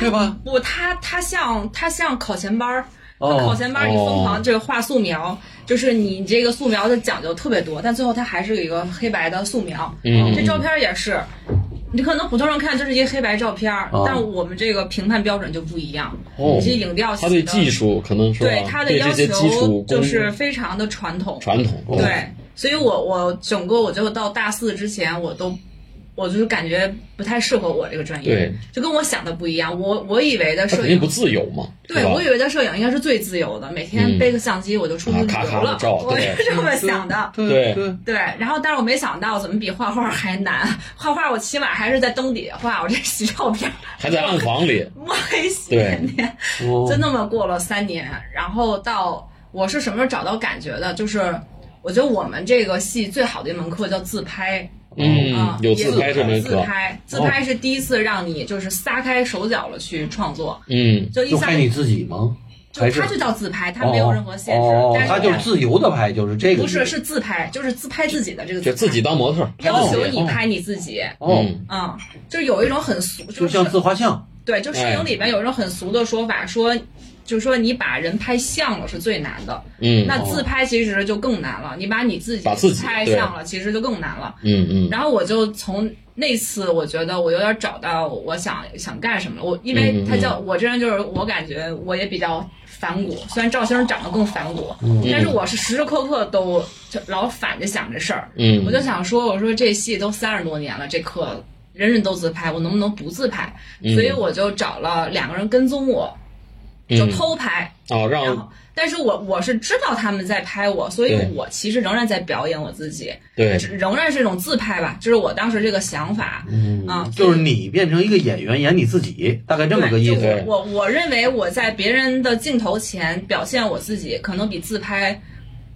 对吧？不，他他像他像考前班儿，哦考前班儿你疯哦狂这个画素描，就是你这个素描的讲究特别多，但最后它还是有一个黑白的素描。嗯这照片儿也是，你可能普通人看就是一黑白照片儿，哦但我们这个评判标准就不一样。哦这影调他对技术，术可能是吧对他的对要这些基求础工就是非常的传统。传统，哦对，所以我我整个我就到大四之前，我都我就是感觉不太适合我这个专业，对就跟我想的不一样。我我以为的他摄肯定影不，自由嘛，对是吧我以为的摄影应该是最自由的，每天嗯背个相机我就出去啊旅咔咔地游了，照我对是这么想的。对对对，然后但是我没想到怎么比画画还难，画画我起码还是在灯底下画，我这洗照片，还在暗房里， 摸黑洗对哦人家。哦就那么过了三年，然后到我是什么时候找到感觉的？就是我觉得我们这个系最好的一门课叫自拍，啊嗯，，有也自拍这门自课，哦拍，自拍是第一次让你就是撒开手脚了去创作，嗯，就一就撒拍你自己吗？就还是它就叫自拍，它哦没有任何限制，哦，但是他就是自由的拍，就是这个不意思。是是自拍，就是自拍自己的这个就自己拍当模特儿，要自求己你拍你自己。哦，嗯嗯，就是有一种很俗，就是像自画像。对，就摄哎影里边有一种很俗的说法，说就是说你把人拍像了是最难的，嗯那哦自拍其实就更难了，你把你自己把自己拍对像了，其实就更难了。嗯嗯，然后我就从那次，我觉得我有点找到我想想干什么了。我因嗯为他叫我这人就是我感觉我也比较反骨，虽然赵先生长得更反骨，嗯但是我是时时刻刻都就老反着想这事儿。嗯我就想说，我说这戏都三十多年了，这课人人都自拍，我能不能不自拍？嗯所以我就找了两个人跟踪我，就嗯偷拍。哦，然后让，但是我我是知道他们在拍我，所以对我其实仍然在表演我自己，对嗯只仍然是一种自拍吧，这是我当时这个想法，嗯啊，就是你变成一个演员演你自己，大概这么个意对，思。就对我我认为我在别人的镜头前表现我自己，可能比自拍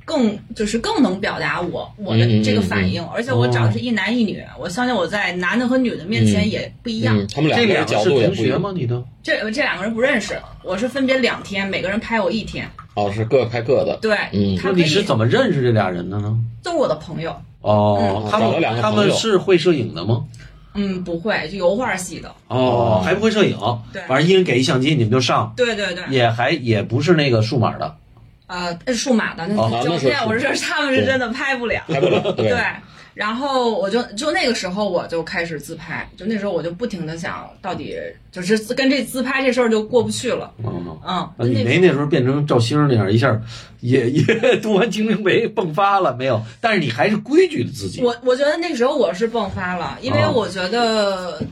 更就是更能表达我我嗯嗯的这个嗯反嗯应，而且我找的是一男一女，我相信我在男的和女的面前嗯也不一样。嗯，他们这两个人两个角是度也同不一学样，吗？你的这这两个人不认识，我是分别两天，每个人拍我一天。哦，是各拍各的，对，嗯他那可你以是怎么认识这俩人的呢？都是我的朋友，哦，嗯他找了两个们他朋们友是会摄影的吗？嗯，不会，就油画系的。哦哦，还不会摄影，对反正一人给一相机，你们就上，对对对，也还也不是那个数码的，呃，是数码的那哦那胶是片，我是说他们是真的拍不了。拍不 了，对对，然后我就就那个时候我就开始自拍，就那时候我就不停的想到底就是跟这自拍这事儿就过不去了，嗯。嗯，那你那没那时候变成赵星那样一下，也也读完《金瓶梅》迸发了没有？但是你还是规矩的自己。我我觉得那时候我是迸发了，因为啊我觉得，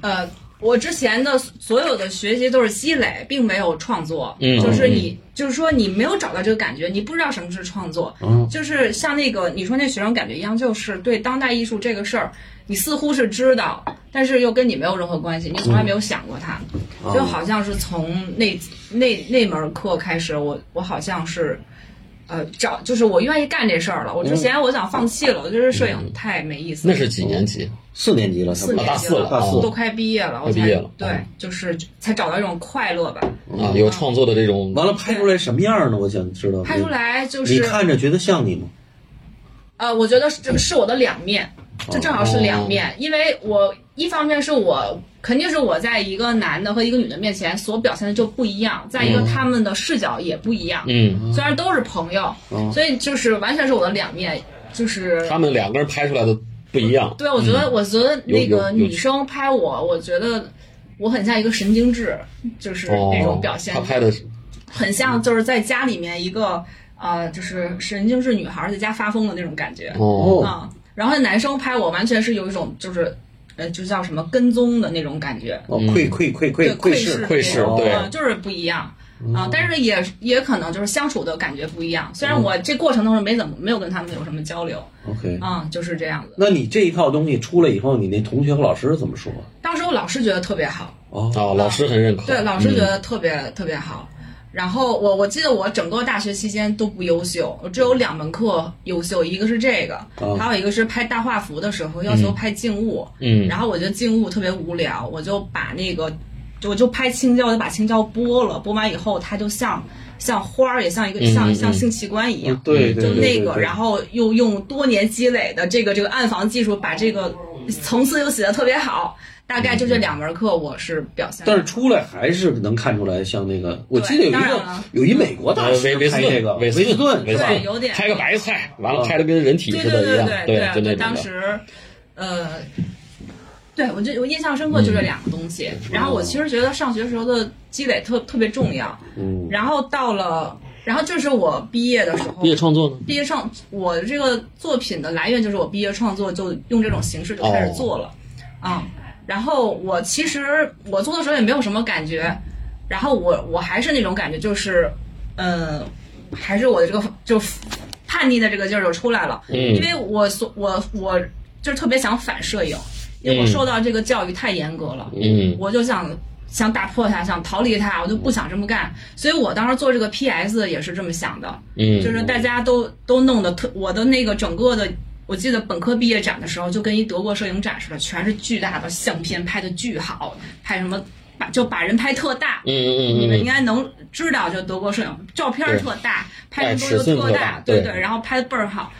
呃，我之前的所有的学习都是积累，并没有创作。嗯就是你，就是说你没有找到这个感觉，你不知道什么是创作。嗯就是像那个你说那学生感觉一样，就是对当代艺术这个事儿，你似乎是知道，但是又跟你没有任何关系，你从来没有想过它。嗯就好像是从那那那门课开始，我我好像是。呃，找就是我愿意干这事儿了。我之前我想放弃了，我觉得摄影太没意思嗯了。那是几年级？四年级了，他四们年级哦大四了大四都快毕业了，我快才毕业了对嗯，就是才找到一种快乐吧。嗯啊，有创作的这种完了拍出来什么样呢？我想知道。嗯拍出来就你是看着觉得像你吗？呃，我觉得是这是我的两面，这正好是哦两面，因为我一方面是我肯定是我在一个男的和一个女的面前所表现的就不一样，再一个他们的视角也不一样，嗯，虽然都是朋友，嗯所以就是完全是我的两面，就是他们两个人拍出来的不一样。对，我觉得，我觉得那有个有有女生拍我，我觉得我很像一个神经质，就是哦那种表现，他拍的是很像就是在家里面一个呃，就是神经质女孩在家发疯的那种感觉啊、哦，然后男生拍我，完全是有一种就是呃，就叫什么跟踪的那种感觉，哦，窥窥窥对窥窥视，哦窥视对嗯嗯就是不一样。啊，但是也也可能就是相处的感觉不一样。嗯虽然我这过程当中没怎么没有跟他们有什么交流， OK。啊、就是这样子。那你这一套东西出来以后，你那同学和老师怎么说？当时我老师觉得特别好，哦，哦，老师很认可。嗯对，老师觉得特别、特别好。然后我我记得我整个大学期间都不优秀，我只有两门课优秀，一个是这个，哦还有一个是拍大画幅的时候要求拍静物，嗯然后我觉得静物特别无聊，我就把那个我就拍青椒，我就把青椒剥了，剥完以后它就像像花儿，也像一个、嗯像嗯像嗯性器官一样，对对就对那对个，对然后又用多年积累的这个这个暗房技术，把这个层次又写得特别好。大概嗯就这两门课，我是表现。但是出来还是能看出来，像那个，我记得有一当然个了有一美国大呃，维师维斯拍这个顿，维斯顿，维斯对顿，有点拍个白菜，完了拍的跟人体对似对的一对样，对就那种当的。时，呃，对我就我印象深刻就嗯这两个东西。然后我其实觉得上学时候的积累特特别重要。嗯，然后到了，然后这是我毕业的时候毕，业创作呢？毕业创我这个作品的来源就是我毕业创作就用这种形式就哦开始做了，啊、然后我其实我做的时候也没有什么感觉，然后我我还是那种感觉就是，嗯、还是我的这个就叛逆的这个劲儿就出来了，嗯因为我所我我就是特别想反摄影，因为我嗯受到这个教育太严格了，嗯我就想想打破它，想逃离它，我就不想这么干，所以我当时做这个 PS 也是这么想的，嗯，就是大家都都弄得特，我的那个整个的，我记得本科毕业展的时候，就跟一德国摄影展似的，全是巨大的相片，拍的巨好，拍什么把就把人拍特大。嗯嗯你们嗯嗯，应该能知道，就德国摄影照片儿特大，拍的哎东尺西寸都特特大大，对对然后拍的倍儿好。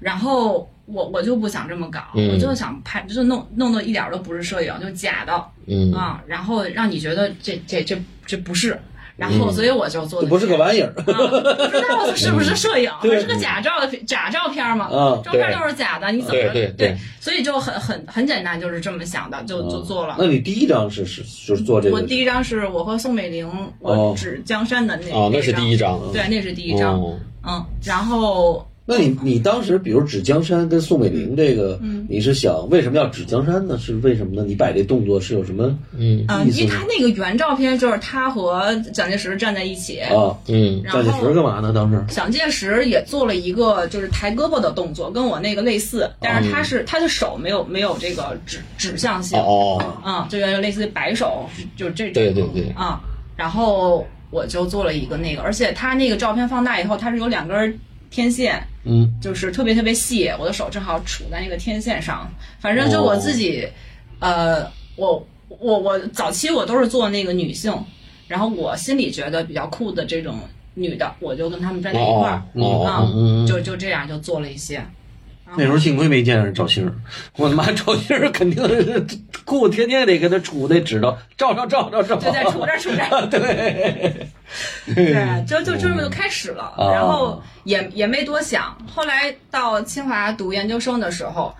然后我我就不想这么搞，嗯我就想拍，就弄弄得一点儿都不是摄影，就假的嗯啊、然后让你觉得这这这这不是，然后所以我就做嗯这的不是个玩意儿， 啊，不知道是不是摄影，对它是个假照的假照片嘛嗯，照片都是假的，你怎么对对对所以就很很很简单，就是这么想的，就就做了嗯那。你第一张是是就是做这个，我第一张是我和宋美龄，我指江山的那哦，那是第一张，张，对，那是第一张，哦嗯，然后那你你当时比如指江山跟宋美嗯龄这个，你是想为什么要指江山呢？是为什么呢？你摆这动作是有什么嗯嗯，意因思为他吗？那个原照片就是他和蒋介石站在一起，啊，嗯然蒋介石后。嗯干嘛呢？当时蒋介石也做了一个就是抬胳膊的动作，跟我那个类似，但是他是、他的手没有没有这个指指向性，嗯哦，啊，这个类似于摆手，就这种。对对对，啊，然后我就做了一个那个，而且它那个照片放大以后，它是有两根天线，哦嗯，就是特别特别细，我的手正好杵在那个天线上。反正就我自己，哦呃，我我我早期我都是做那个女性，然后我心里觉得比较酷的这种女的，我就跟她们站在一块儿哦，哦啊哦，嗯嗯就就这样就做了一些。啊那时候幸亏没见着赵星儿，我他妈赵星儿肯定是裤天天得给他杵那指头，照照照照照，就在杵着 杵着，对，对，就就这么就开始了，哦然后也也没多想。后来到清华读研究生的时候，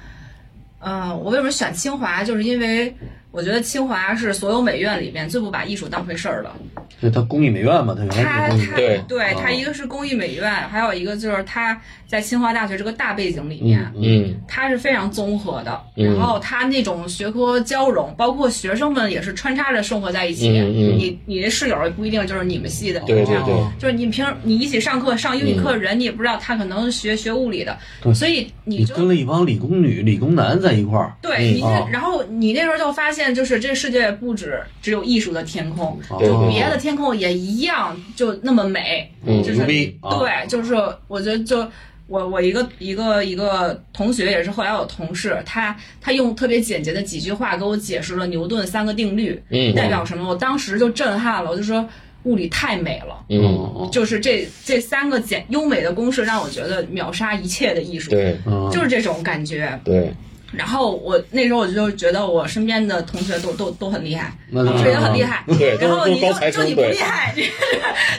嗯、我为什么选清华，就是因为我觉得清华是所有美院里面最不把艺术当回事儿的，对他公益美院嘛，他原来他是公益美院。他对对啊他一个是公益美院，还有一个就是他在清华大学这个大背景里面，嗯嗯它是非常综合的，嗯然后它那种学科交融，包括学生们也是穿插着生活在一起。嗯嗯你你的室友也不一定就是你们系的，对对对哦就是你平时你一起上课上英语课的人，你也不知道他可能是学学物理的，对所以你你就跟了一帮理工女、理工男在一块儿，对，你就、哦然后你那时候就发现，就是这世界不止只有艺术的天空，哦对对别的天空也一样，就那么美。嗯就是牛逼啊对，就是我觉得就。我我一个一个一个同学也是后来我同事，他他用特别简洁的几句话给我解释了牛顿三个定律嗯代表什么，我当时就震撼了，我就说物理太美了，嗯，嗯就是这这三个简优美的公式让我觉得秒杀一切的艺术，对嗯，就是这种感觉。对，然后我那时候我就觉得我身边的同学都都都很厉害，那这也很厉。害。对然都后是你就高材就生你不对厉 害，你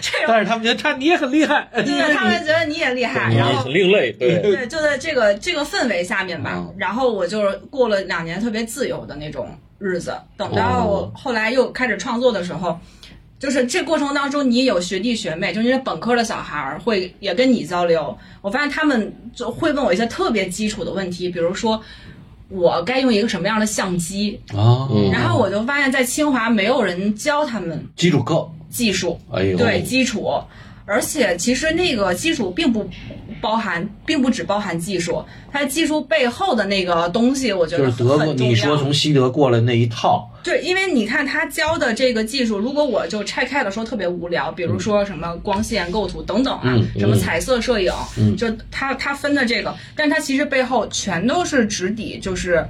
这种但是他们觉得他你也很厉害，对他们觉得你也厉害，你然后很另类，对，对就在这个这个氛围下面吧嗯。然后我就是过了两年特别自由的那种日子。等哦到我后来又开始创作的时候。就是这过程当中，你有学弟学妹，就是那本科的小孩儿会也跟你交流。我发现他们就会问我一些特别基础的问题，比如说我该用一个什么样的相机， 啊，嗯然后我就发现，在清华没有人教他们基础课，技术，哎呦，对基础，而且其实那个基础并不包含，并不只包含技术，它技术背后的那个东西，我觉就得是德国，很重你说要。从西德过来那一套，对，因为你看他教的这个技术，如果我就拆开了说特别无聊，比如说什么光线构图等等啊，嗯什么嗯彩色摄影，嗯就他他分的这个，但他其实背后全都是直抵就是。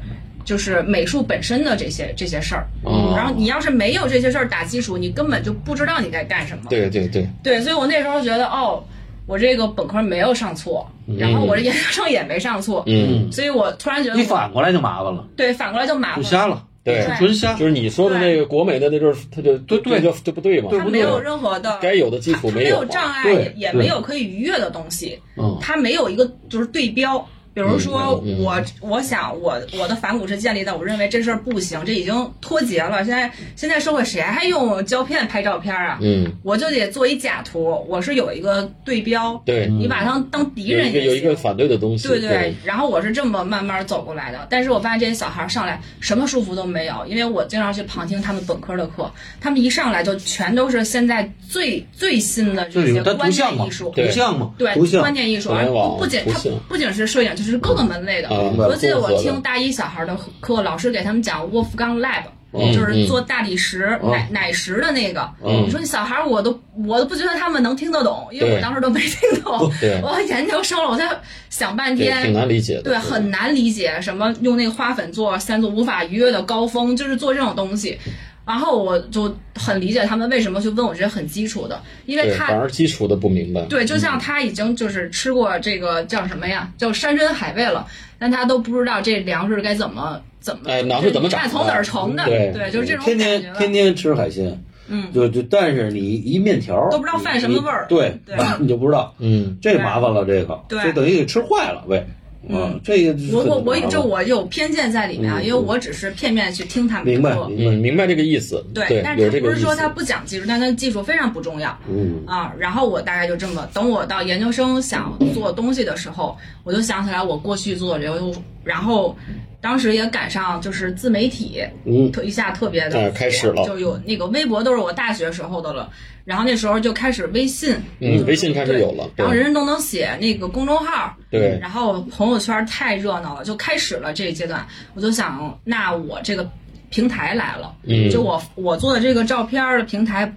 就是美术本身的这些这些事儿，嗯哦然后你要是没有这些事儿打基础，你根本就不知道你该干什么。对对对，对，所以我那时候觉得，哦，我这个本科没有上错，嗯然后我这研究生也没上错，嗯，所以我突然觉得你我反过来就麻烦了，对反过来就麻就烦了，瞎了，对是纯啊瞎就。是你说的那个国美的，那就是他就对对就就不对嘛，对他没有任何的，该有的基他础他没有嘛，障碍，对也也对没有可以逾越的东西，嗯，他没有一个就是对标。比如说嗯嗯嗯我，我想我我的反骨是建立在我认为这事儿不行，这已经脱节了。现在现在社会谁还用胶片拍照片啊？嗯，我就得做一假图，我是有一个对标，对，你把它当敌嗯有人一个也有一个行。反对的东西，对对，然后我是这么慢慢走过来的。但是我发现这些小孩上来什么束缚都没有，因为我经常去旁听他们本科的课，他们一上来就全都是现在最最新的这这里些面它观图像念嘛艺，术。对图像嘛，对图像观，念艺术，互而联网不不仅图它像不仅是摄影，就是各个门类的。啊我记得我混合的听大一小孩的课，老师给他们讲沃夫冈 lab，、嗯就是做大理石、嗯奶奶石的那个。嗯你说小孩，我都我都不觉得他们能听得懂，因为对我当时都没听 懂。对我研究生了，我在想半挺挺天。难理解的，对，很难理解什么用那个花粉做三座无法逾越的高峰，就是做这种东西。然后我就很理解他们为什么去问我这些很基础的，因为对，他反嗯而基础的不明白，对，就像他已经就是吃过这个叫什么呀，叫山珍海味了，但他都不知道这粮食该怎么怎么，哎粮食怎么这长饭从哪儿成的？对就是这种天天感觉吧天天吃海鲜，嗯就就但是你一面条都不知道饭什么味儿你你对对， 你就不知道，嗯，这麻烦了，这个对嗯这等于给吃坏了呗，啊，这个我我我很麻嗯烦这我有偏见在里面啊，因为我只是片面去听他们明白说，嗯，明白，明白这个意思，对，对，但有是他这不个意是思，说他不讲技术，但他技术非常不重要。嗯啊，然后我大概就这么，等我到研究生想做东西的时候，我就想起来我过去做的这个，然后当时也赶上就是自媒体，嗯特一下特别哎的开始了就有那个微博都是我大学时候的了，然后那时候就开始微信，嗯，微信开始有了，然后对人人都能写那个公众号，对然后朋友圈太热闹了，就开始了这一阶段，我就想，那我这个平台来了，嗯就我我做的这个照片儿的平台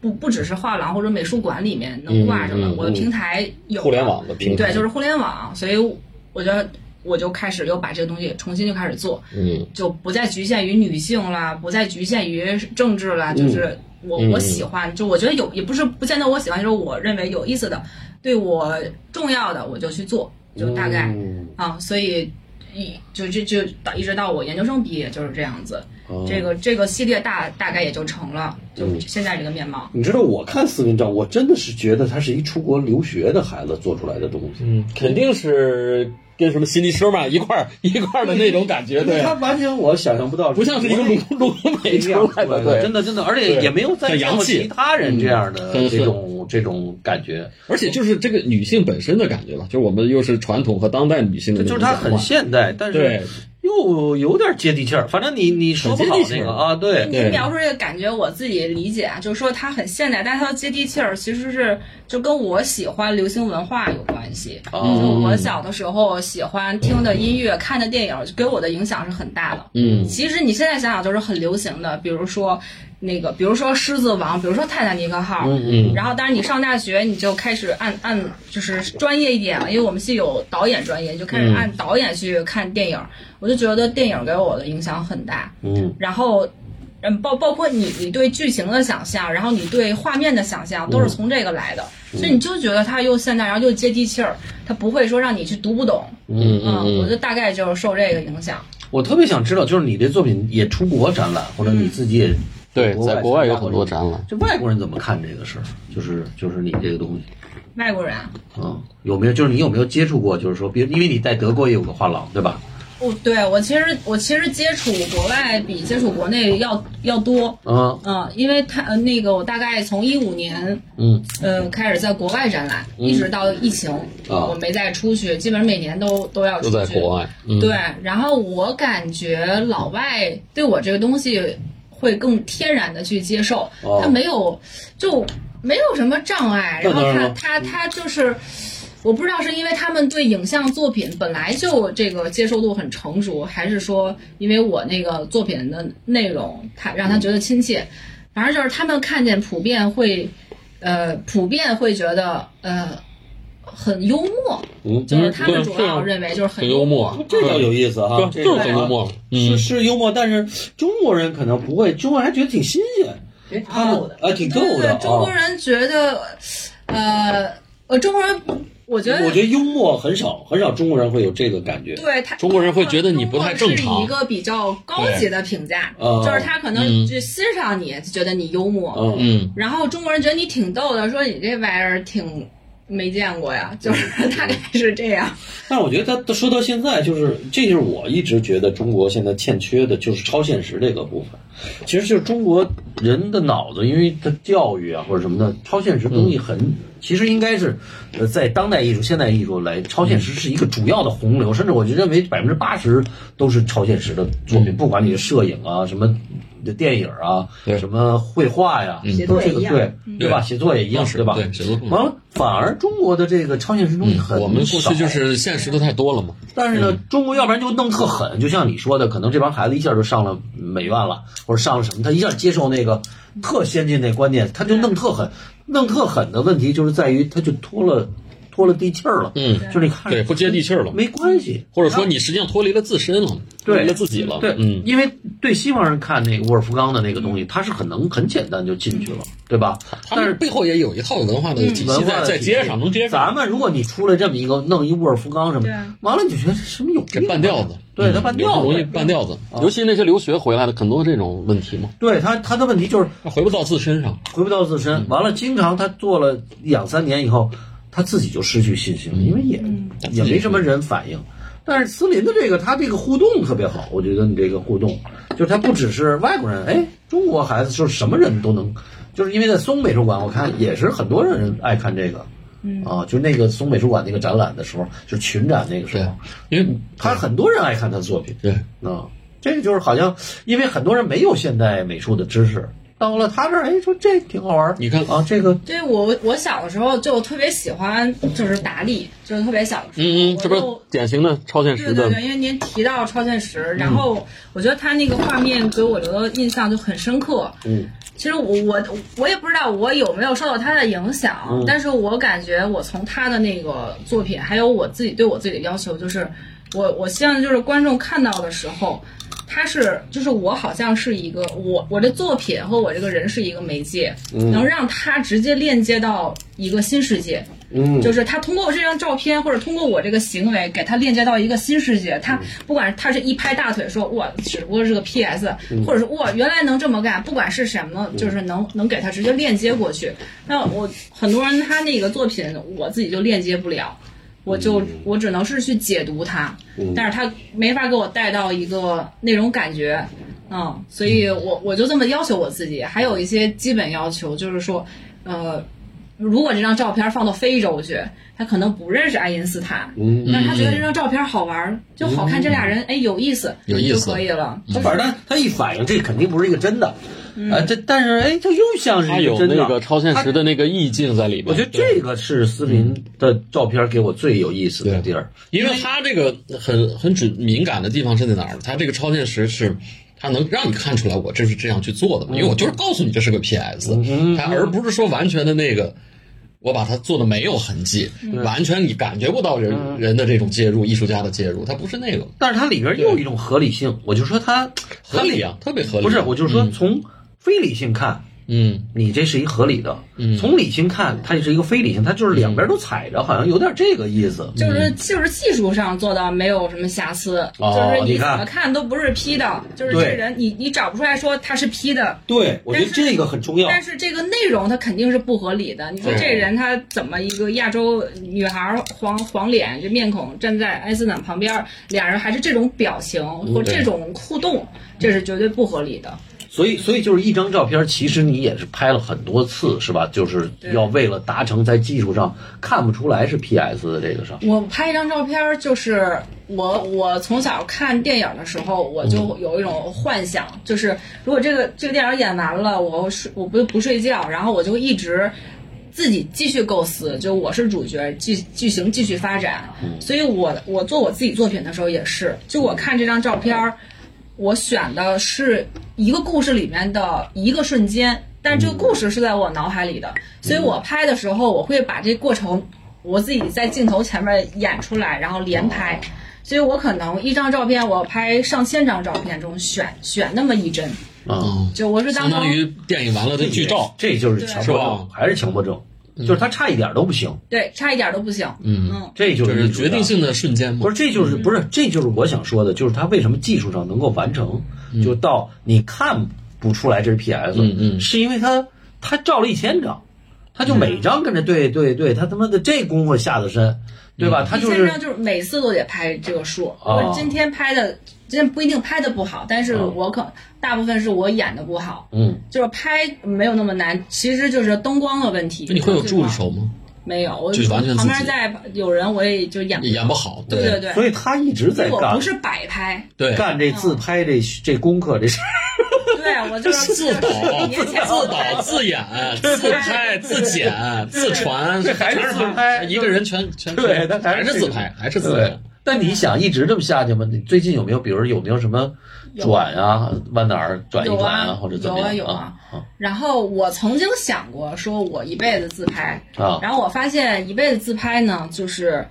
不，不只是画廊或者美术馆里面能挂着了，嗯嗯嗯我的平台有了互联网的平台，对，就是互联网，所以我觉得我就开始又把这个东西重新就开始做，嗯就不再局限于女性啦，不再局限于政治啦，就是我、嗯我喜欢，就我觉得有也不是不见得我喜欢，就是我认为有意思的，对我重要的我就去做，就大概、嗯啊，所以一就就就到一直到我研究生毕业就是这样子，哦这个这个系列大大概也就成了，就现在这个面貌。你知道我看四云照，嗯我真的是觉得他是一出国留学的孩子做出来的东西。嗯，肯定是跟什么心理师嘛一块儿 一块儿的那种感觉， 对啊啊他，完全我想象不到，不像是一个国内鲁 鲁美出来的，对真。的真的，而且对也没有再很见洋过气其他人这样的嗯很这种这种感觉，而且就是这个女性本身的感觉吧，就是我们又是传统和当代女性的那就就是种它讲话，很现代，但对是又有点接地气儿。反正你你说不好很接地气那儿个啊，对，你对描述这个感觉，我自己理解啊，就是说它很现代，但它要接地气儿，其实是就跟我喜欢流行文化有关系。啊就我小的时候喜欢听的音乐、看的电影，给我的影响是很大的。嗯其实你现在想想，就是很流行的，比如说那个，比如说《狮子王》，比如说《泰坦尼克号》嗯嗯然后，当然你上大学你就开始按按就是专业一点了，因为我们系有导演专业，你就开始嗯按导演去看电影。我就觉得电影给我的影响很大。嗯，然后，嗯，包包括你你对剧情的想象，然后你对画面的想象，嗯都是从这个来的，所以你就觉得它又现代，然后又接地气儿，它不会说让你去读不懂，嗯我嗯就大概就是受这个影响。我特别想知道，就是你这作品也出国展览，或者嗯你自己也对，在国外有参加过很多展览，这外国人怎么看这个事儿？就是就是你这个东西，外国人啊，嗯，有没有就是你有没有接触过？就是说，比如因为你在德国也有个画廊，对吧？我哦对我其实我其实接触国外比接触国内要要多。嗯嗯，因为他呃那个我大概从一五年嗯呃开始在国外展览，嗯一直到疫情，啊我没再出去，基本上每年都都要出都去。在国外，嗯对，然后我感觉老外对我这个东西会更天然的去接受，哦他没有就没有什么障碍，那然后当然他了嗯他他就是。我不知道是因为他们对影像作品本来就这个接受度很成熟，还是说因为我那个作品的内容，他让他觉得亲切。反正就是他们看见普遍会，呃，普遍会觉得呃很幽默，嗯，就是他们主对要啊认为就是很很幽默，这个有意思哈，对，就是很幽。默，是啊嗯，是幽默，但是中国人可能不会，中国人还觉得挺新鲜，觉得挺他逗们的。啊挺逗对的对，中国哦啊。人觉得，呃，呃，中国人，我觉得，我觉得幽默很少，很少中国人会有这个感觉。对他，中国人会觉得你不太正常呃中国是一个比较高级的评价，对哦就是他可能就欣赏你，就觉得你幽默，嗯，嗯，然后中国人觉得你挺逗的，说你这玩意儿挺没见过嗯呀，就是大概是这样。但是我觉得他说到现在，就是这就是我一直觉得中国现在欠缺的，就是超现实这个部分。其实就是中国人的脑子，因为他教育啊或者什么的，超现实东西很，嗯其实应该是，呃，在当代艺术、现代艺术来，超现实是一个主要的洪流，甚至我就认为百分之八十都是超现实的作嗯品，不管你是摄影啊什么。电影啊，对什么绘画呀，嗯都是这写个作也一样对对吧？对写作也一样，都是对吧？对写作完了，反而中国的这个超现实东西很我们过少去就是现实的太多了嘛，但是呢，嗯中国要不然就弄特狠，就像你说的，可能这帮孩子一下就上了美院了，或者上了什么，他一下接受那个特先进那观念，他就弄特狠，弄特狠的问题就是在于他就脱了脱了地气儿了，嗯就是你看着对，不接地气儿了，没关系，或者说你实际上脱离了自身了，脱对离了自己了，对，嗯，因为对西方人看那个沃尔夫冈的那个东西，他是很能很简单就进去了，对吧？他但们是嗯背后也有一套文化的体文系化嗯在的在体街系上能接受，咱们如果你出来这么一个弄一沃尔夫冈什么对啊，完了你就觉得什么有病啊这半吊子，对嗯他半吊有子嗯时候容易半吊子，尤其那些留学回来的很多这种问题嘛，对他他的问题就是他回不到自身上，回不到自身。完了，经常他做了两三年以后，他自己就失去信心了，因为也也没什么人反应。但是斯林的这个，他这个互动特别好，我觉得你这个互动，就是他不只是外国人，哎，中国孩子就是什么人都能，就是因为在松美术馆，我看也是很多人爱看这个，啊，就那个松美术馆那个展览的时候，就是群展那个时对候，，因为他很多人爱看他的作品，对。啊，这个就是好像，因为很多人没有现代美术的知识，到了他这儿，哎，说这挺好玩儿。你看嗯啊，这个对我，我小的时候就特别喜欢，就是达利，就是特别小的时嗯候，嗯，我这不是就典型的超现实对的嗯对对，因为您提到超现实，然后我觉得他那个画面给我留的印象就很深刻。嗯，其实我我我也不知道我有没有受到他的影响，嗯但是我感觉我从他的那个作品，还有我自己对我自己的要求，就是我我希望就是观众看到的时候。他是，就是我好像是一个我我的作品和我这个人是一个媒介，嗯能让他直接链接到一个新世界。嗯就是他通过我这张照片，或者通过我这个行为，给他链接到一个新世界。他不管他是一拍大腿说哇，只不过是个 PS，或者是哇，原来能这么干，不管是什么，就是能能给他直接链接过去。那我很多人他那个作品，我自己就链接不了。我就我只能是去解读它，但是它没法给我带到一个那种感觉，嗯，所以我我就这么要求我自己，还有一些基本要求，就是说，呃，如果这张照片放到非洲去，他可能不认识爱因斯坦，嗯但是他觉得这张照片好玩儿，就好看，这俩人哎有意思，有意思就可以了。他反正他他一反应，这肯定不是一个真的，啊，这但是哎，他又像是它一有真那个嗯的。超现实的那个意境在里边。我觉得这个是斯林的照片给我最有意思的地儿，因为它这个很很准敏感的地方是在哪儿？它这个超现实是。它能让你看出来我这是这样去做的嘛，因为我就是告诉你这是个 PS，它而不是说完全的那个，我把它做的没有痕迹，完全你感觉不到人人的这种介入，艺术家的介入，它不是那个但是它里边又有一种合理性。我就说它合理啊，嗯特别合理。不是，我就说从非理性看，嗯，你这是一合理的；从理性看，它也是一个非理性，它就是两边都踩着，好像有点这个意思。就是就是技术上做到没有什么瑕疵，嗯哦就是你你怎看么看都不是 P 的，就是这对人你你找不出来说他是 P 的，对，我觉得但是这个很重要。但是这个内容它肯定是不合理的。你说对这人他怎么一个亚洲女孩儿黄黄脸这面孔站在爱因斯坦旁边儿，俩人还是这种表情或者嗯对这种互动，这是绝对不合理的。所以，所以就是一张照片，其实你也是拍了很多次，是吧？就是要为了达成在技术上看不出来是 PS 的这个上。我拍一张照片儿，就是我我从小看电影的时候，我就有一种幻想，就是如果这个这个电影演完了，我睡我不不睡觉，然后我就一直自己继续构思，就我是主角，剧剧情继续发展。所以我我做我自己作品的时候也是，就我看这张照片儿，我选的是一个故事里面的一个瞬间，但这个故事是在我脑海里的，所以我拍的时候，我会把这过程我自己在镜头前面演出来，然后连拍。所以我可能一张照片，我拍上千张照片中选选那么一帧，啊，就我是当相当于电影完了的嗯这剧照，这就是强迫是吧症，还是强迫症，就是他差一点都不行，对差一点都不行，嗯，嗯，这就就是是艺术决定家性嗯的瞬间嘛啊不。是，这就是不是，这就是我想说的，就是他为什么技术上能够完成，就到你看不出来这是 PS，嗯嗯是因为他他照了一千张，他就每张跟着对对对，他他妈的这功夫下的深，对嗯吧？他一就千是张就是每次都得拍这个数。哦我今天拍的，今天不一定拍的不好，但是哦我可大部分是我演的不好，嗯，就是拍没有那么难，其实就是灯光的问题。那你会有助对吧手吗？没有，我就是完全自己旁边在有人，我也就演。也演不好，对对对所以他一直在我干不是嗯摆拍，对，干这自拍这这功课这事儿，对我就是自导、 几年前自导、自 演、自拍、自剪、自传，这还是全自拍一个人全全对他还还是是这自个拍，还是自对拍。。但你想一直这么下去吗？你最近有没有，比如有没有什么转啊，往哪儿转一有转啊或者怎么有啊样有啊啊？然后我曾经想过，说我一辈子自拍，啊然后我发现一辈子自拍呢，就是，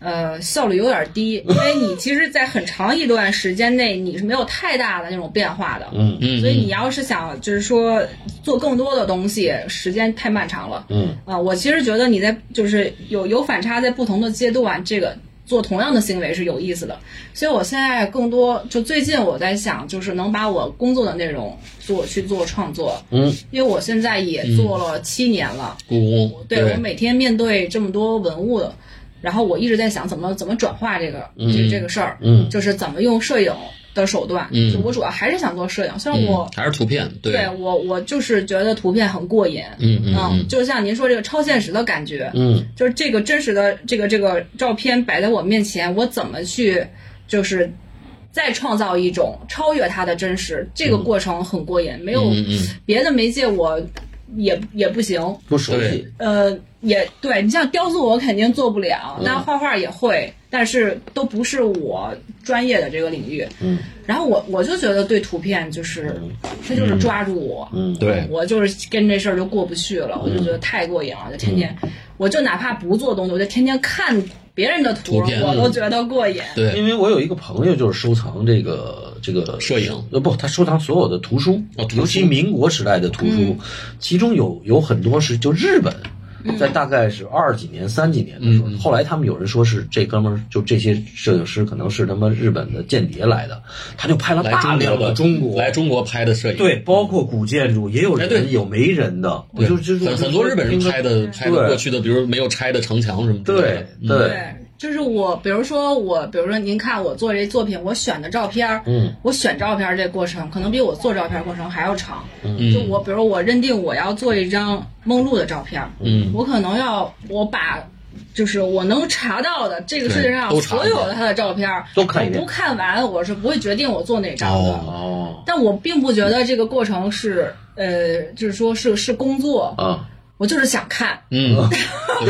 呃，效率有点低，因为你其实，在很长一段时间内，你是没有太大的那种变化的。嗯嗯，所以你要是想，就是说做更多的东西，时间太漫长了。嗯啊、我其实觉得你在就是有有反差，在不同的阶段，这个做同样的行为是有意思的。所以我现在更多就最近我在想，就是能把我工作的内容做去做创作，嗯，因为我现在也嗯做了七年了，故宫对我每天面对这么多文物的，然后我一直在想怎么怎么转化这个、这这个事儿，嗯就是怎么用摄影的手段，嗯就我主要还是想做摄影，虽然嗯我、还是图片，对对我我就是觉得图片很过瘾，啊嗯嗯嗯就像您说这个超现实的感觉，嗯。就是这个真实的这个这个照片摆在我面前，我怎么去就是再创造一种超越它的真实，这个过程很过瘾，没有嗯嗯别的媒介我也也不行，不熟悉对，呃，也对你像雕塑我肯定做不嗯了，那画画也会，但是都不是我专业的这个领域。嗯，然后我我就觉得对图片就是，它就是抓住我，嗯，对，我就是跟这事儿就过不去了，我就觉得太过瘾了，就天天，嗯我就哪怕不做东西，我就天天看别人的图，图片嗯我都觉得过瘾。对因为我有一个朋友就是收藏这个这个摄影，呃不，他收藏所有的图书，哦图书尤其民国时代的图书，其中有有很多是就日本。在大概是二几年、三几年的嗯时候，后来他们有人说是这哥们儿，就这些摄影师可能是他妈日本的间谍来的，他就拍了来大中量国的的中国，来中国拍的摄影，对，包括古建筑也有哎对人有没人的，我对，就就是很很多日本人听说拍的拍的对过去的，比如没有拆的城墙什么之类嗯对的，对对，就是我，比如说我，比如说您看我做这作品，我选的照片儿，嗯我选照片儿这过程可能比我做照片儿过程还要长。嗯就我，比如我认定我要做一张梦露的照片儿，嗯我可能要我把。就是我能查到的这个世界上对都查一所遍有的他的照片儿都看一遍我不看完我是不会决定我做哪张的。哦哦但我并不觉得这个过程是，呃，就是说是是工作， 啊，我就是 想看，嗯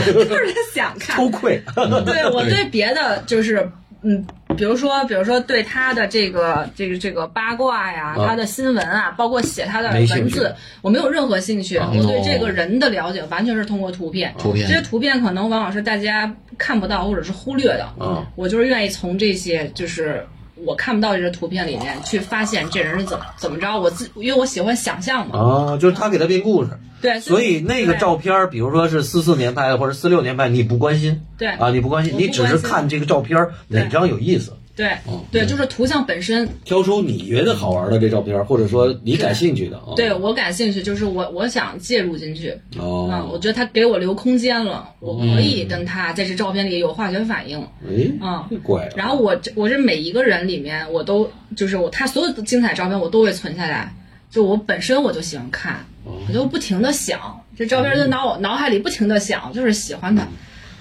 就是想看偷。窥，对我对别的就是，嗯，比如说，比如说对他的这个这个这个八卦呀，啊他的新闻啊，包括写他的没兴文趣字，我没有任何兴趣。啊我对这个哦人的了解完全是通过图片，图片这些图片可能往往是大家看不到或者是忽略的。啊我就是愿意从这些就是我看不到这些图片里面去发现这人是怎么怎么着，我自因为我喜欢想象嘛，啊，就是他给他编故事，对，所以那个照片儿，比如说是四四年拍的或者四六年拍的，你不关心，对啊，你不关心，我不你只是关心看这个照片儿对哪张有意思，对哦对，就是图像本身，挑出你觉得好玩的这照片儿，或者说你感兴趣的啊，对我感兴趣，就是我我想介入进去，啊，我哦，嗯觉得他给我留空间了，我可以跟他在这照片里有化学反应，哎，啊。这怪了，然后我这我这每一个人里面，我都就是我他所有的精彩照片我都会存下来，就我本身我就喜欢看，我就不停的想，这照片在脑嗯我脑海里不停的想，就是喜欢它，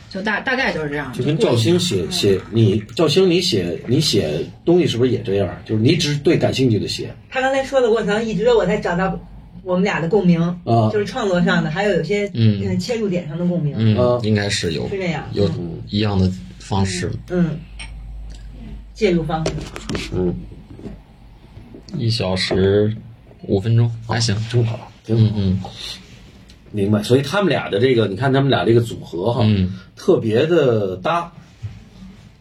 就大大概就是这样。就跟赵兴写写你赵兴你写你写东西是不是也这样？就是你只是对感兴趣的写，他刚才说的过程，一直我在找到我们俩的共鸣，啊就是创作上的，还有有些嗯嗯切入点上的共鸣，嗯，应该是有是这样。有一样的方式。嗯，介入方式，嗯，一小时五分钟还行。啊真好，挺嗯好，嗯明白。所以他们俩的这个，你看他们俩这个组合哈，嗯，特别的搭，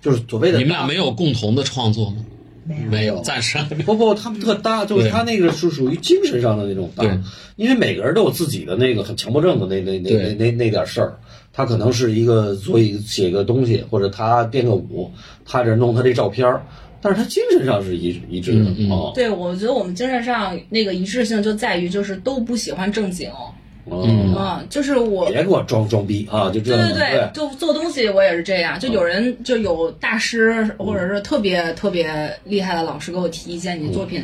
就是所谓的你们搭俩没有共同的创作吗？没有。没有，暂时还没有。不不，他们特搭，就是对他那个是属于精神上的那种搭对，因为每个人都有自己的那个很强迫症的那那那那对那那点事儿。他可能是一个做一写个东西，或者他编个舞，他这弄他这照片儿，但是他精神上是一一致的嗯嗯哦对，我觉得我们精神上那个一致性就在于，就是都不喜欢正经，哦，嗯，就是我别给我装装逼啊，就这对样对的对，就做东西我也是这样，就嗯有人就有大师或者是特别特别厉害的老师给我提意见，你的作嗯品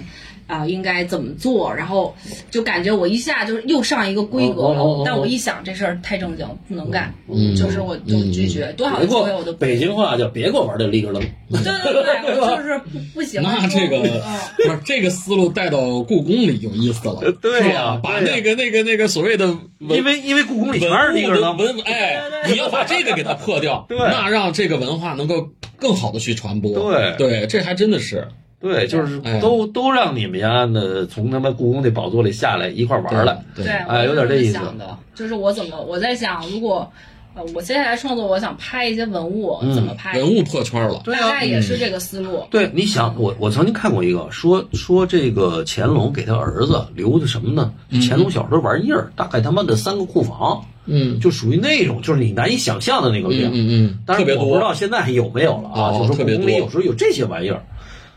啊、应该怎么做，然后就感觉我一下就是又上一个规格哦哦哦哦了，但我一想这事儿太正经不能干，嗯就是我就拒绝，多少别给机会我都我不北京话叫别给我玩这立个愣，对对对，我就是不不喜 欢那说这个嗯不是这个思路带到故宫里有意思了，呃对呀是吧把对呀那个那个那个所谓的文因为因为故宫里全是立文个物的愣，文哎，你要把这个给它破掉，对那让这个文化能够更好的去传播，对对，这还真的是，对，就是哎都都让你们家呢从他妈故宫那宝座里下来一块玩儿来。对，对，哎有我点是这么意思想的，就是我怎么我在想，如果呃我接下来创作，我想拍一些文物，嗯怎么拍？文物破圈了，对大啊概，也是这个思路。对，你想我我曾经看过一个说说这个乾隆给他儿子留的什么呢？乾隆小时候玩意儿，大概他妈的三个库房，嗯就属于那种就是你难以想象的那个嗯量。嗯嗯，当特然别我不多知，道现在还有没有了啊，哦就是特故别宫里多有时候有这些玩意儿，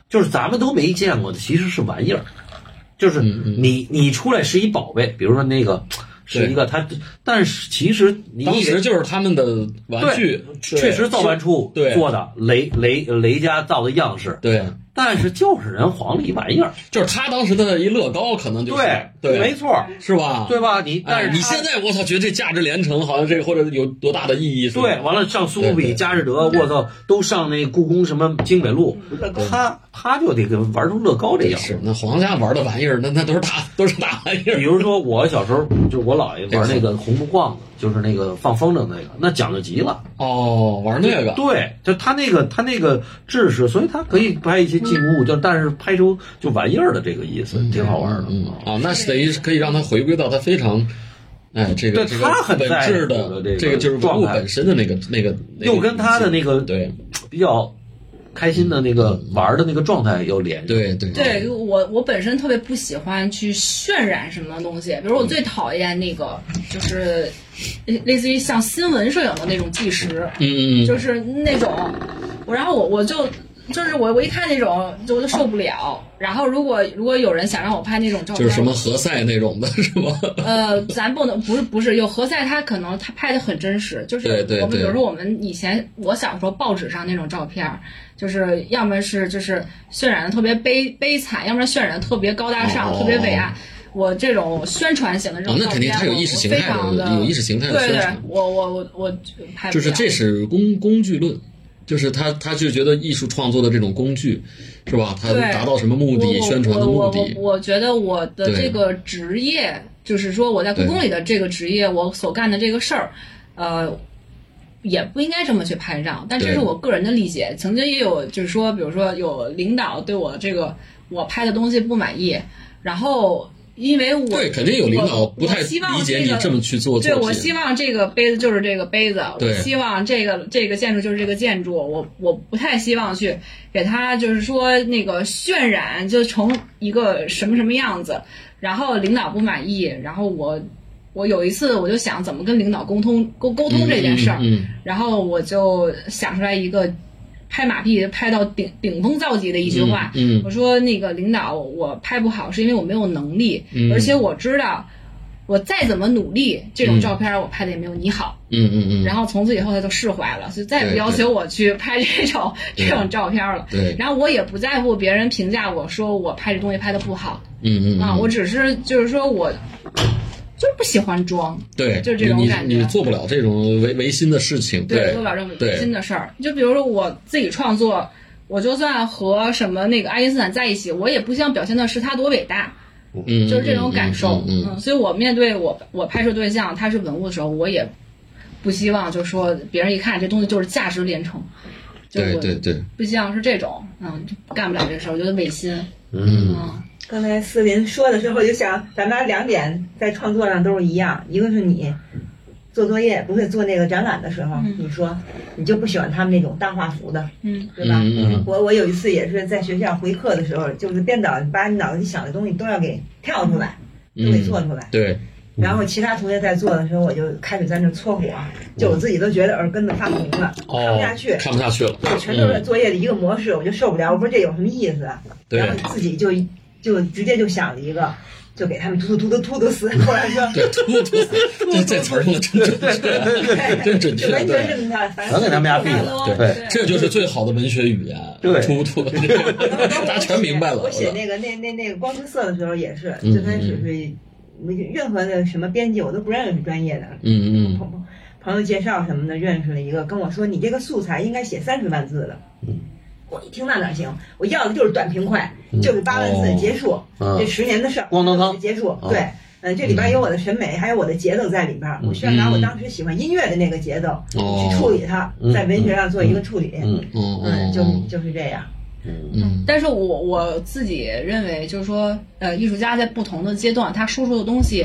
就是咱们都没见过的，其实是玩意儿，就是嗯嗯你你出来是一宝贝，比如说那个是一个它，但是其实你以当为时就是他们的玩具，对确实造办处对做的雷雷雷家造的样式，对，但是就是人皇帝玩意儿，就是他当时的一乐高，可能就是对，没错儿，是吧？对吧？你但哎是你他现在我操，觉得这价值连城好像这或者有多大的意义？是吧对，完了上苏富对比、对佳士得，我操，都上那故宫什么经纬路，他他就得给玩出乐高这样。是那皇家玩的玩意儿，那那都是大都是大玩意比儿，如说我小时候，就我姥爷玩那个红木罐子，就是那个放风筝那个，那讲究极了。哦，玩那个，对，就他那个他那个制式，所以他可以拍一些静物，就但是拍出就玩意儿的这个意思，挺好玩的。嗯啊，那是等于是可以让它回归到它非常，哎，这个对这它个很本在质乎的的这个个就是文状物态本身的那个那个，那个又跟他的那个对比较开心的那个玩的那个状态有联系。对对对我，我本身特别不喜欢去渲染什么东西，比如我嗯最讨厌那个，就是类类似于像新闻摄影的那种纪实，嗯嗯嗯，就是那种，我然后我我就就是我我一看那种就我就受不了。然后如果如果有人想让我拍那种照片，就是什么何塞那种的，是吗？呃，咱不能不是不是有何塞，他可能他拍的很真实，就是对对我们对比如说我们以前我小时候报纸上那种照片儿，就是要么是就是渲染的特别悲悲惨，要么是渲染的特别高大上、哦特别伟岸。我这种宣传型的这啊种，那照肯定片，它有我意识我形非态常的，的有意识形态的对宣对传，，我我我我拍不就是了这是工工具论，就是他他就觉得艺术创作的这种工具，是吧？他对达到什么目的，我宣传的目我我的，我我觉得我的对这个职业，就是说我在故宫里的这个职业，我所干的这个事儿，呃。也不应该这么去拍照，但这对是我个人的理解。曾经也有，就是说，比如说有领导对我这个我拍的东西不满意，然后因为我对，肯定有领导不太我希望理解这你个这么去做作对，品。我希望这个杯子就是这个杯子，对我希望这个这个建筑就是这个建筑，我我不太希望去给它就是说那个渲染就成一个什么什么样子，然后领导不满意，然后我我有一次我就想怎么跟领导沟通沟沟通这件事儿，嗯，嗯然后我就想出来一个拍马屁拍到顶顶峰造极的一句话，嗯嗯我说那个领导，我拍不好是因为我没有能力，嗯而且我知道我再怎么努力，这种照片我拍的也没有你好。嗯嗯嗯，然后从此以后他就释怀了，就再也对不要求我去拍这种对这种照片了。对，然后我也不在乎别人评价我说我拍这东西拍的不好嗯嗯啊，嗯我只是就是说我就是不喜欢装，对，就是这种你感觉你做不了这种违违心的事情，对，对，做不了这种对新的事儿。就比如说我自己创作，我就算和什么那个爱因斯坦在一起，我也不想表现的是他多伟大，嗯，就是这种感受。嗯嗯嗯嗯所以我面对我我拍摄对象他是文物的时候，我也不希望就是说别人一看这东西就是价值连城，就对我对对，不希望是这种，嗯，就干不了这事儿，我觉得违心，嗯，嗯，刚才思林说的时候，我就想，咱们俩两点在创作上都是一样，一个是你做作业，不是做那个展览的时候，你说你就不喜欢他们那种大画幅的，嗯，对吧？嗯嗯嗯我我有一次也是在学校回课的时候，就是编导把你脑子里想的东西都要给跳出来，都给做出来。嗯对，然后其他同学在做的时候，我就开始在那搓火，就我自己都觉得耳根子发红了，看不下去。哦看不下去了，就全都是作业的一个模式，我就受不了。我说这有什么意思啊？嗯对，然后自己就就直接就想了一个，就给他们突突突突突的死。 后来说对，突突，这这词儿用的真准确，真准确，完全对。是他，反全正给他嗯们家毙了，对对，这就是最好的文学语言，对突突， 大家全明白了。我写觉得那个那那那个光之色的时候也是，嗯最开始是任何的什么编辑我都不认识专业的，嗯嗯，朋 朋友介绍什么的认识了一个，跟我说你这个素材应该写三十万字的。我一听那哪行？我要的就是短平快，就是八万字哦结束，嗯这十年的事儿，咣当当结束。啊对，嗯、这里边有我的审美，还有我的节奏在里边儿。我需要拿我当时喜欢音乐的那个节奏、哦去处理它，嗯在文学上做一个处理。嗯嗯嗯就嗯就是这样。嗯，但是我我自己认为，就是说，呃，艺术家在不同的阶段，他输出的东西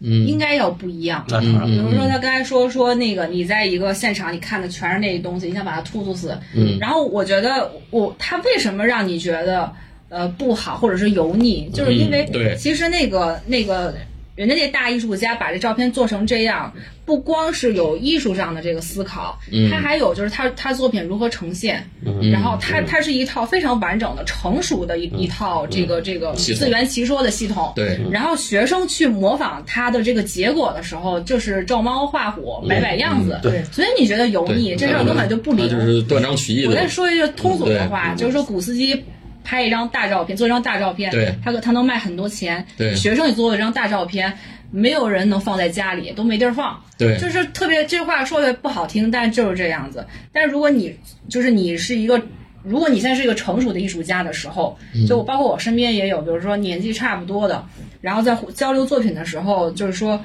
嗯应该要不一样。那当然比了，如说，他刚才说说那个，你在一个现场，你看的全是那东西，你想把它突突死。嗯然后我觉得我他为什么让你觉得呃不好或者是油腻，就是因为嗯对其实那个那个人家那大艺术家把这照片做成这样，不光是有艺术上的这个思考，嗯他还有就是他他作品如何呈现，嗯然后它它是一套非常完整的、成熟的一一套这个这个嗯系统自圆其说的系统。对然后学生去模仿它的这个结果的时候，就是照猫画虎、摆摆样子。对所以你觉得油嗯对，嗯腻，这事儿根本就不那灵。就是嗯断章取义我再的。说一句通俗的话，对就是说古斯基。拍一张大照片，做一张大照片，对他可他能卖很多钱。对学生也做一张大照片，没有人能放在家里，都没地儿放。对，就是特别这话说的不好听，但就是这样子。但如果你就是你是一个，如果你现在是一个成熟的艺术家的时候，就包括我身边也有，比如说年纪差不多的，然后在互交流作品的时候，就是说，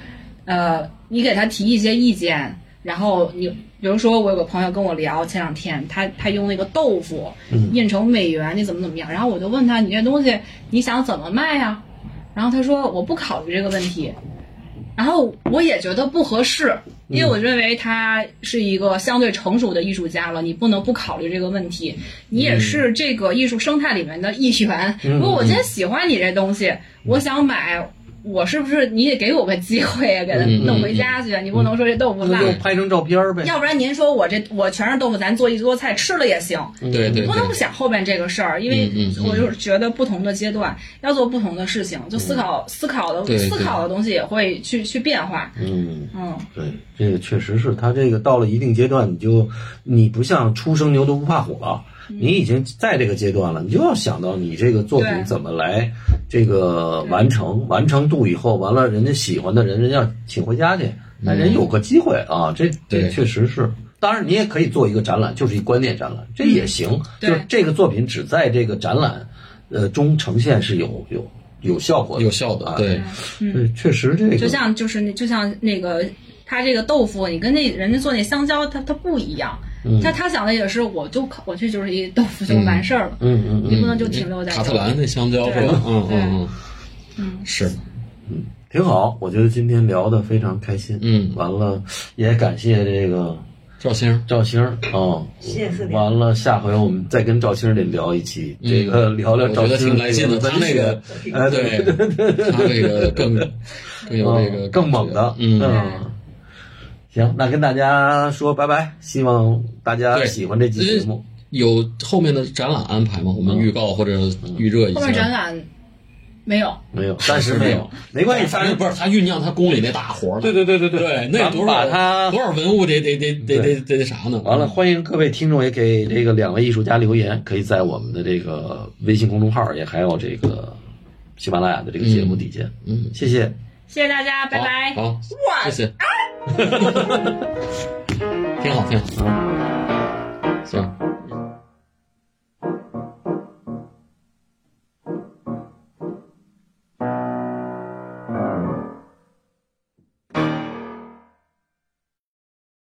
呃，你给他提一些意见，然后你比如说我有个朋友跟我聊，前两天他他用那个豆腐印成美元，你怎么怎么样？然后我就问他，你这东西你想怎么卖呀、然后他说我不考虑这个问题，然后我也觉得不合适，因为我认为他是一个相对成熟的艺术家了，你不能不考虑这个问题。你也是这个艺术生态里面的一员。如果我今天喜欢你这东西，我想买，我是不是你也给我个机会给他嗯弄回家去啊？你不能说这豆腐那烂，就拍成照片儿呗。要不然您说我这我全是豆腐，咱做一桌菜吃了也行。对对我都不对，想后边这个事儿，因为嗯嗯嗯我就是觉得不同的阶段要做不同的事情，就思考思考嗯对的对思考的东西也会去去变化。嗯，嗯，对，这个确实是他这个到了一定阶段，你就你不像初生牛犊不怕虎了，嗯你已经在这个阶段了，你就要想到你这个作品对怎么来这个完成，完成度以后，完了人家喜欢的人，人家要请回家去，那人有个机会啊，这这嗯对确实是。当然，你也可以做一个展览，就是一观念展览，这也行。嗯对就是这个作品只在这个展览，呃中呈现是有有有效果的，有效的啊，对，对，确实这个嗯就像就是那就像那个他这个豆腐，你跟那人家做那香蕉，他他不一样，嗯他他想的也是，我就我去就是一豆腐就完事儿了。嗯嗯嗯，你不能就停留在卡特这儿兰那香蕉是吧？嗯嗯嗯，是，挺好，我觉得今天聊的非常开心。嗯完了也感谢这个赵先生，赵星儿啊。谢谢四弟完了，下回我们再跟赵星儿得聊一期，这个聊聊嗯我赵觉得星儿挺来劲的，文他那个学，哎，对，对，他这个更更有嗯那个更猛的，嗯，行，那跟大家说拜拜，希望大家对喜欢这期节目。有后面的展览安嗯排吗？我们预告或者预热一后面展下。览没有，嗯没有，暂时 没有，没关系，反反正正不是他酝酿他宫里那大活呢。对对对对对对，那咱们多把少它多少文物得得得得得得得啥呢？完了，，欢迎各位听众也给这个两位艺术家留言，可以在我们的这个微信公众号，也还有这个喜马拉雅的这个节目底下。嗯，谢谢。谢谢大家，拜拜。 好，好谢谢，挺好，挺好。嗯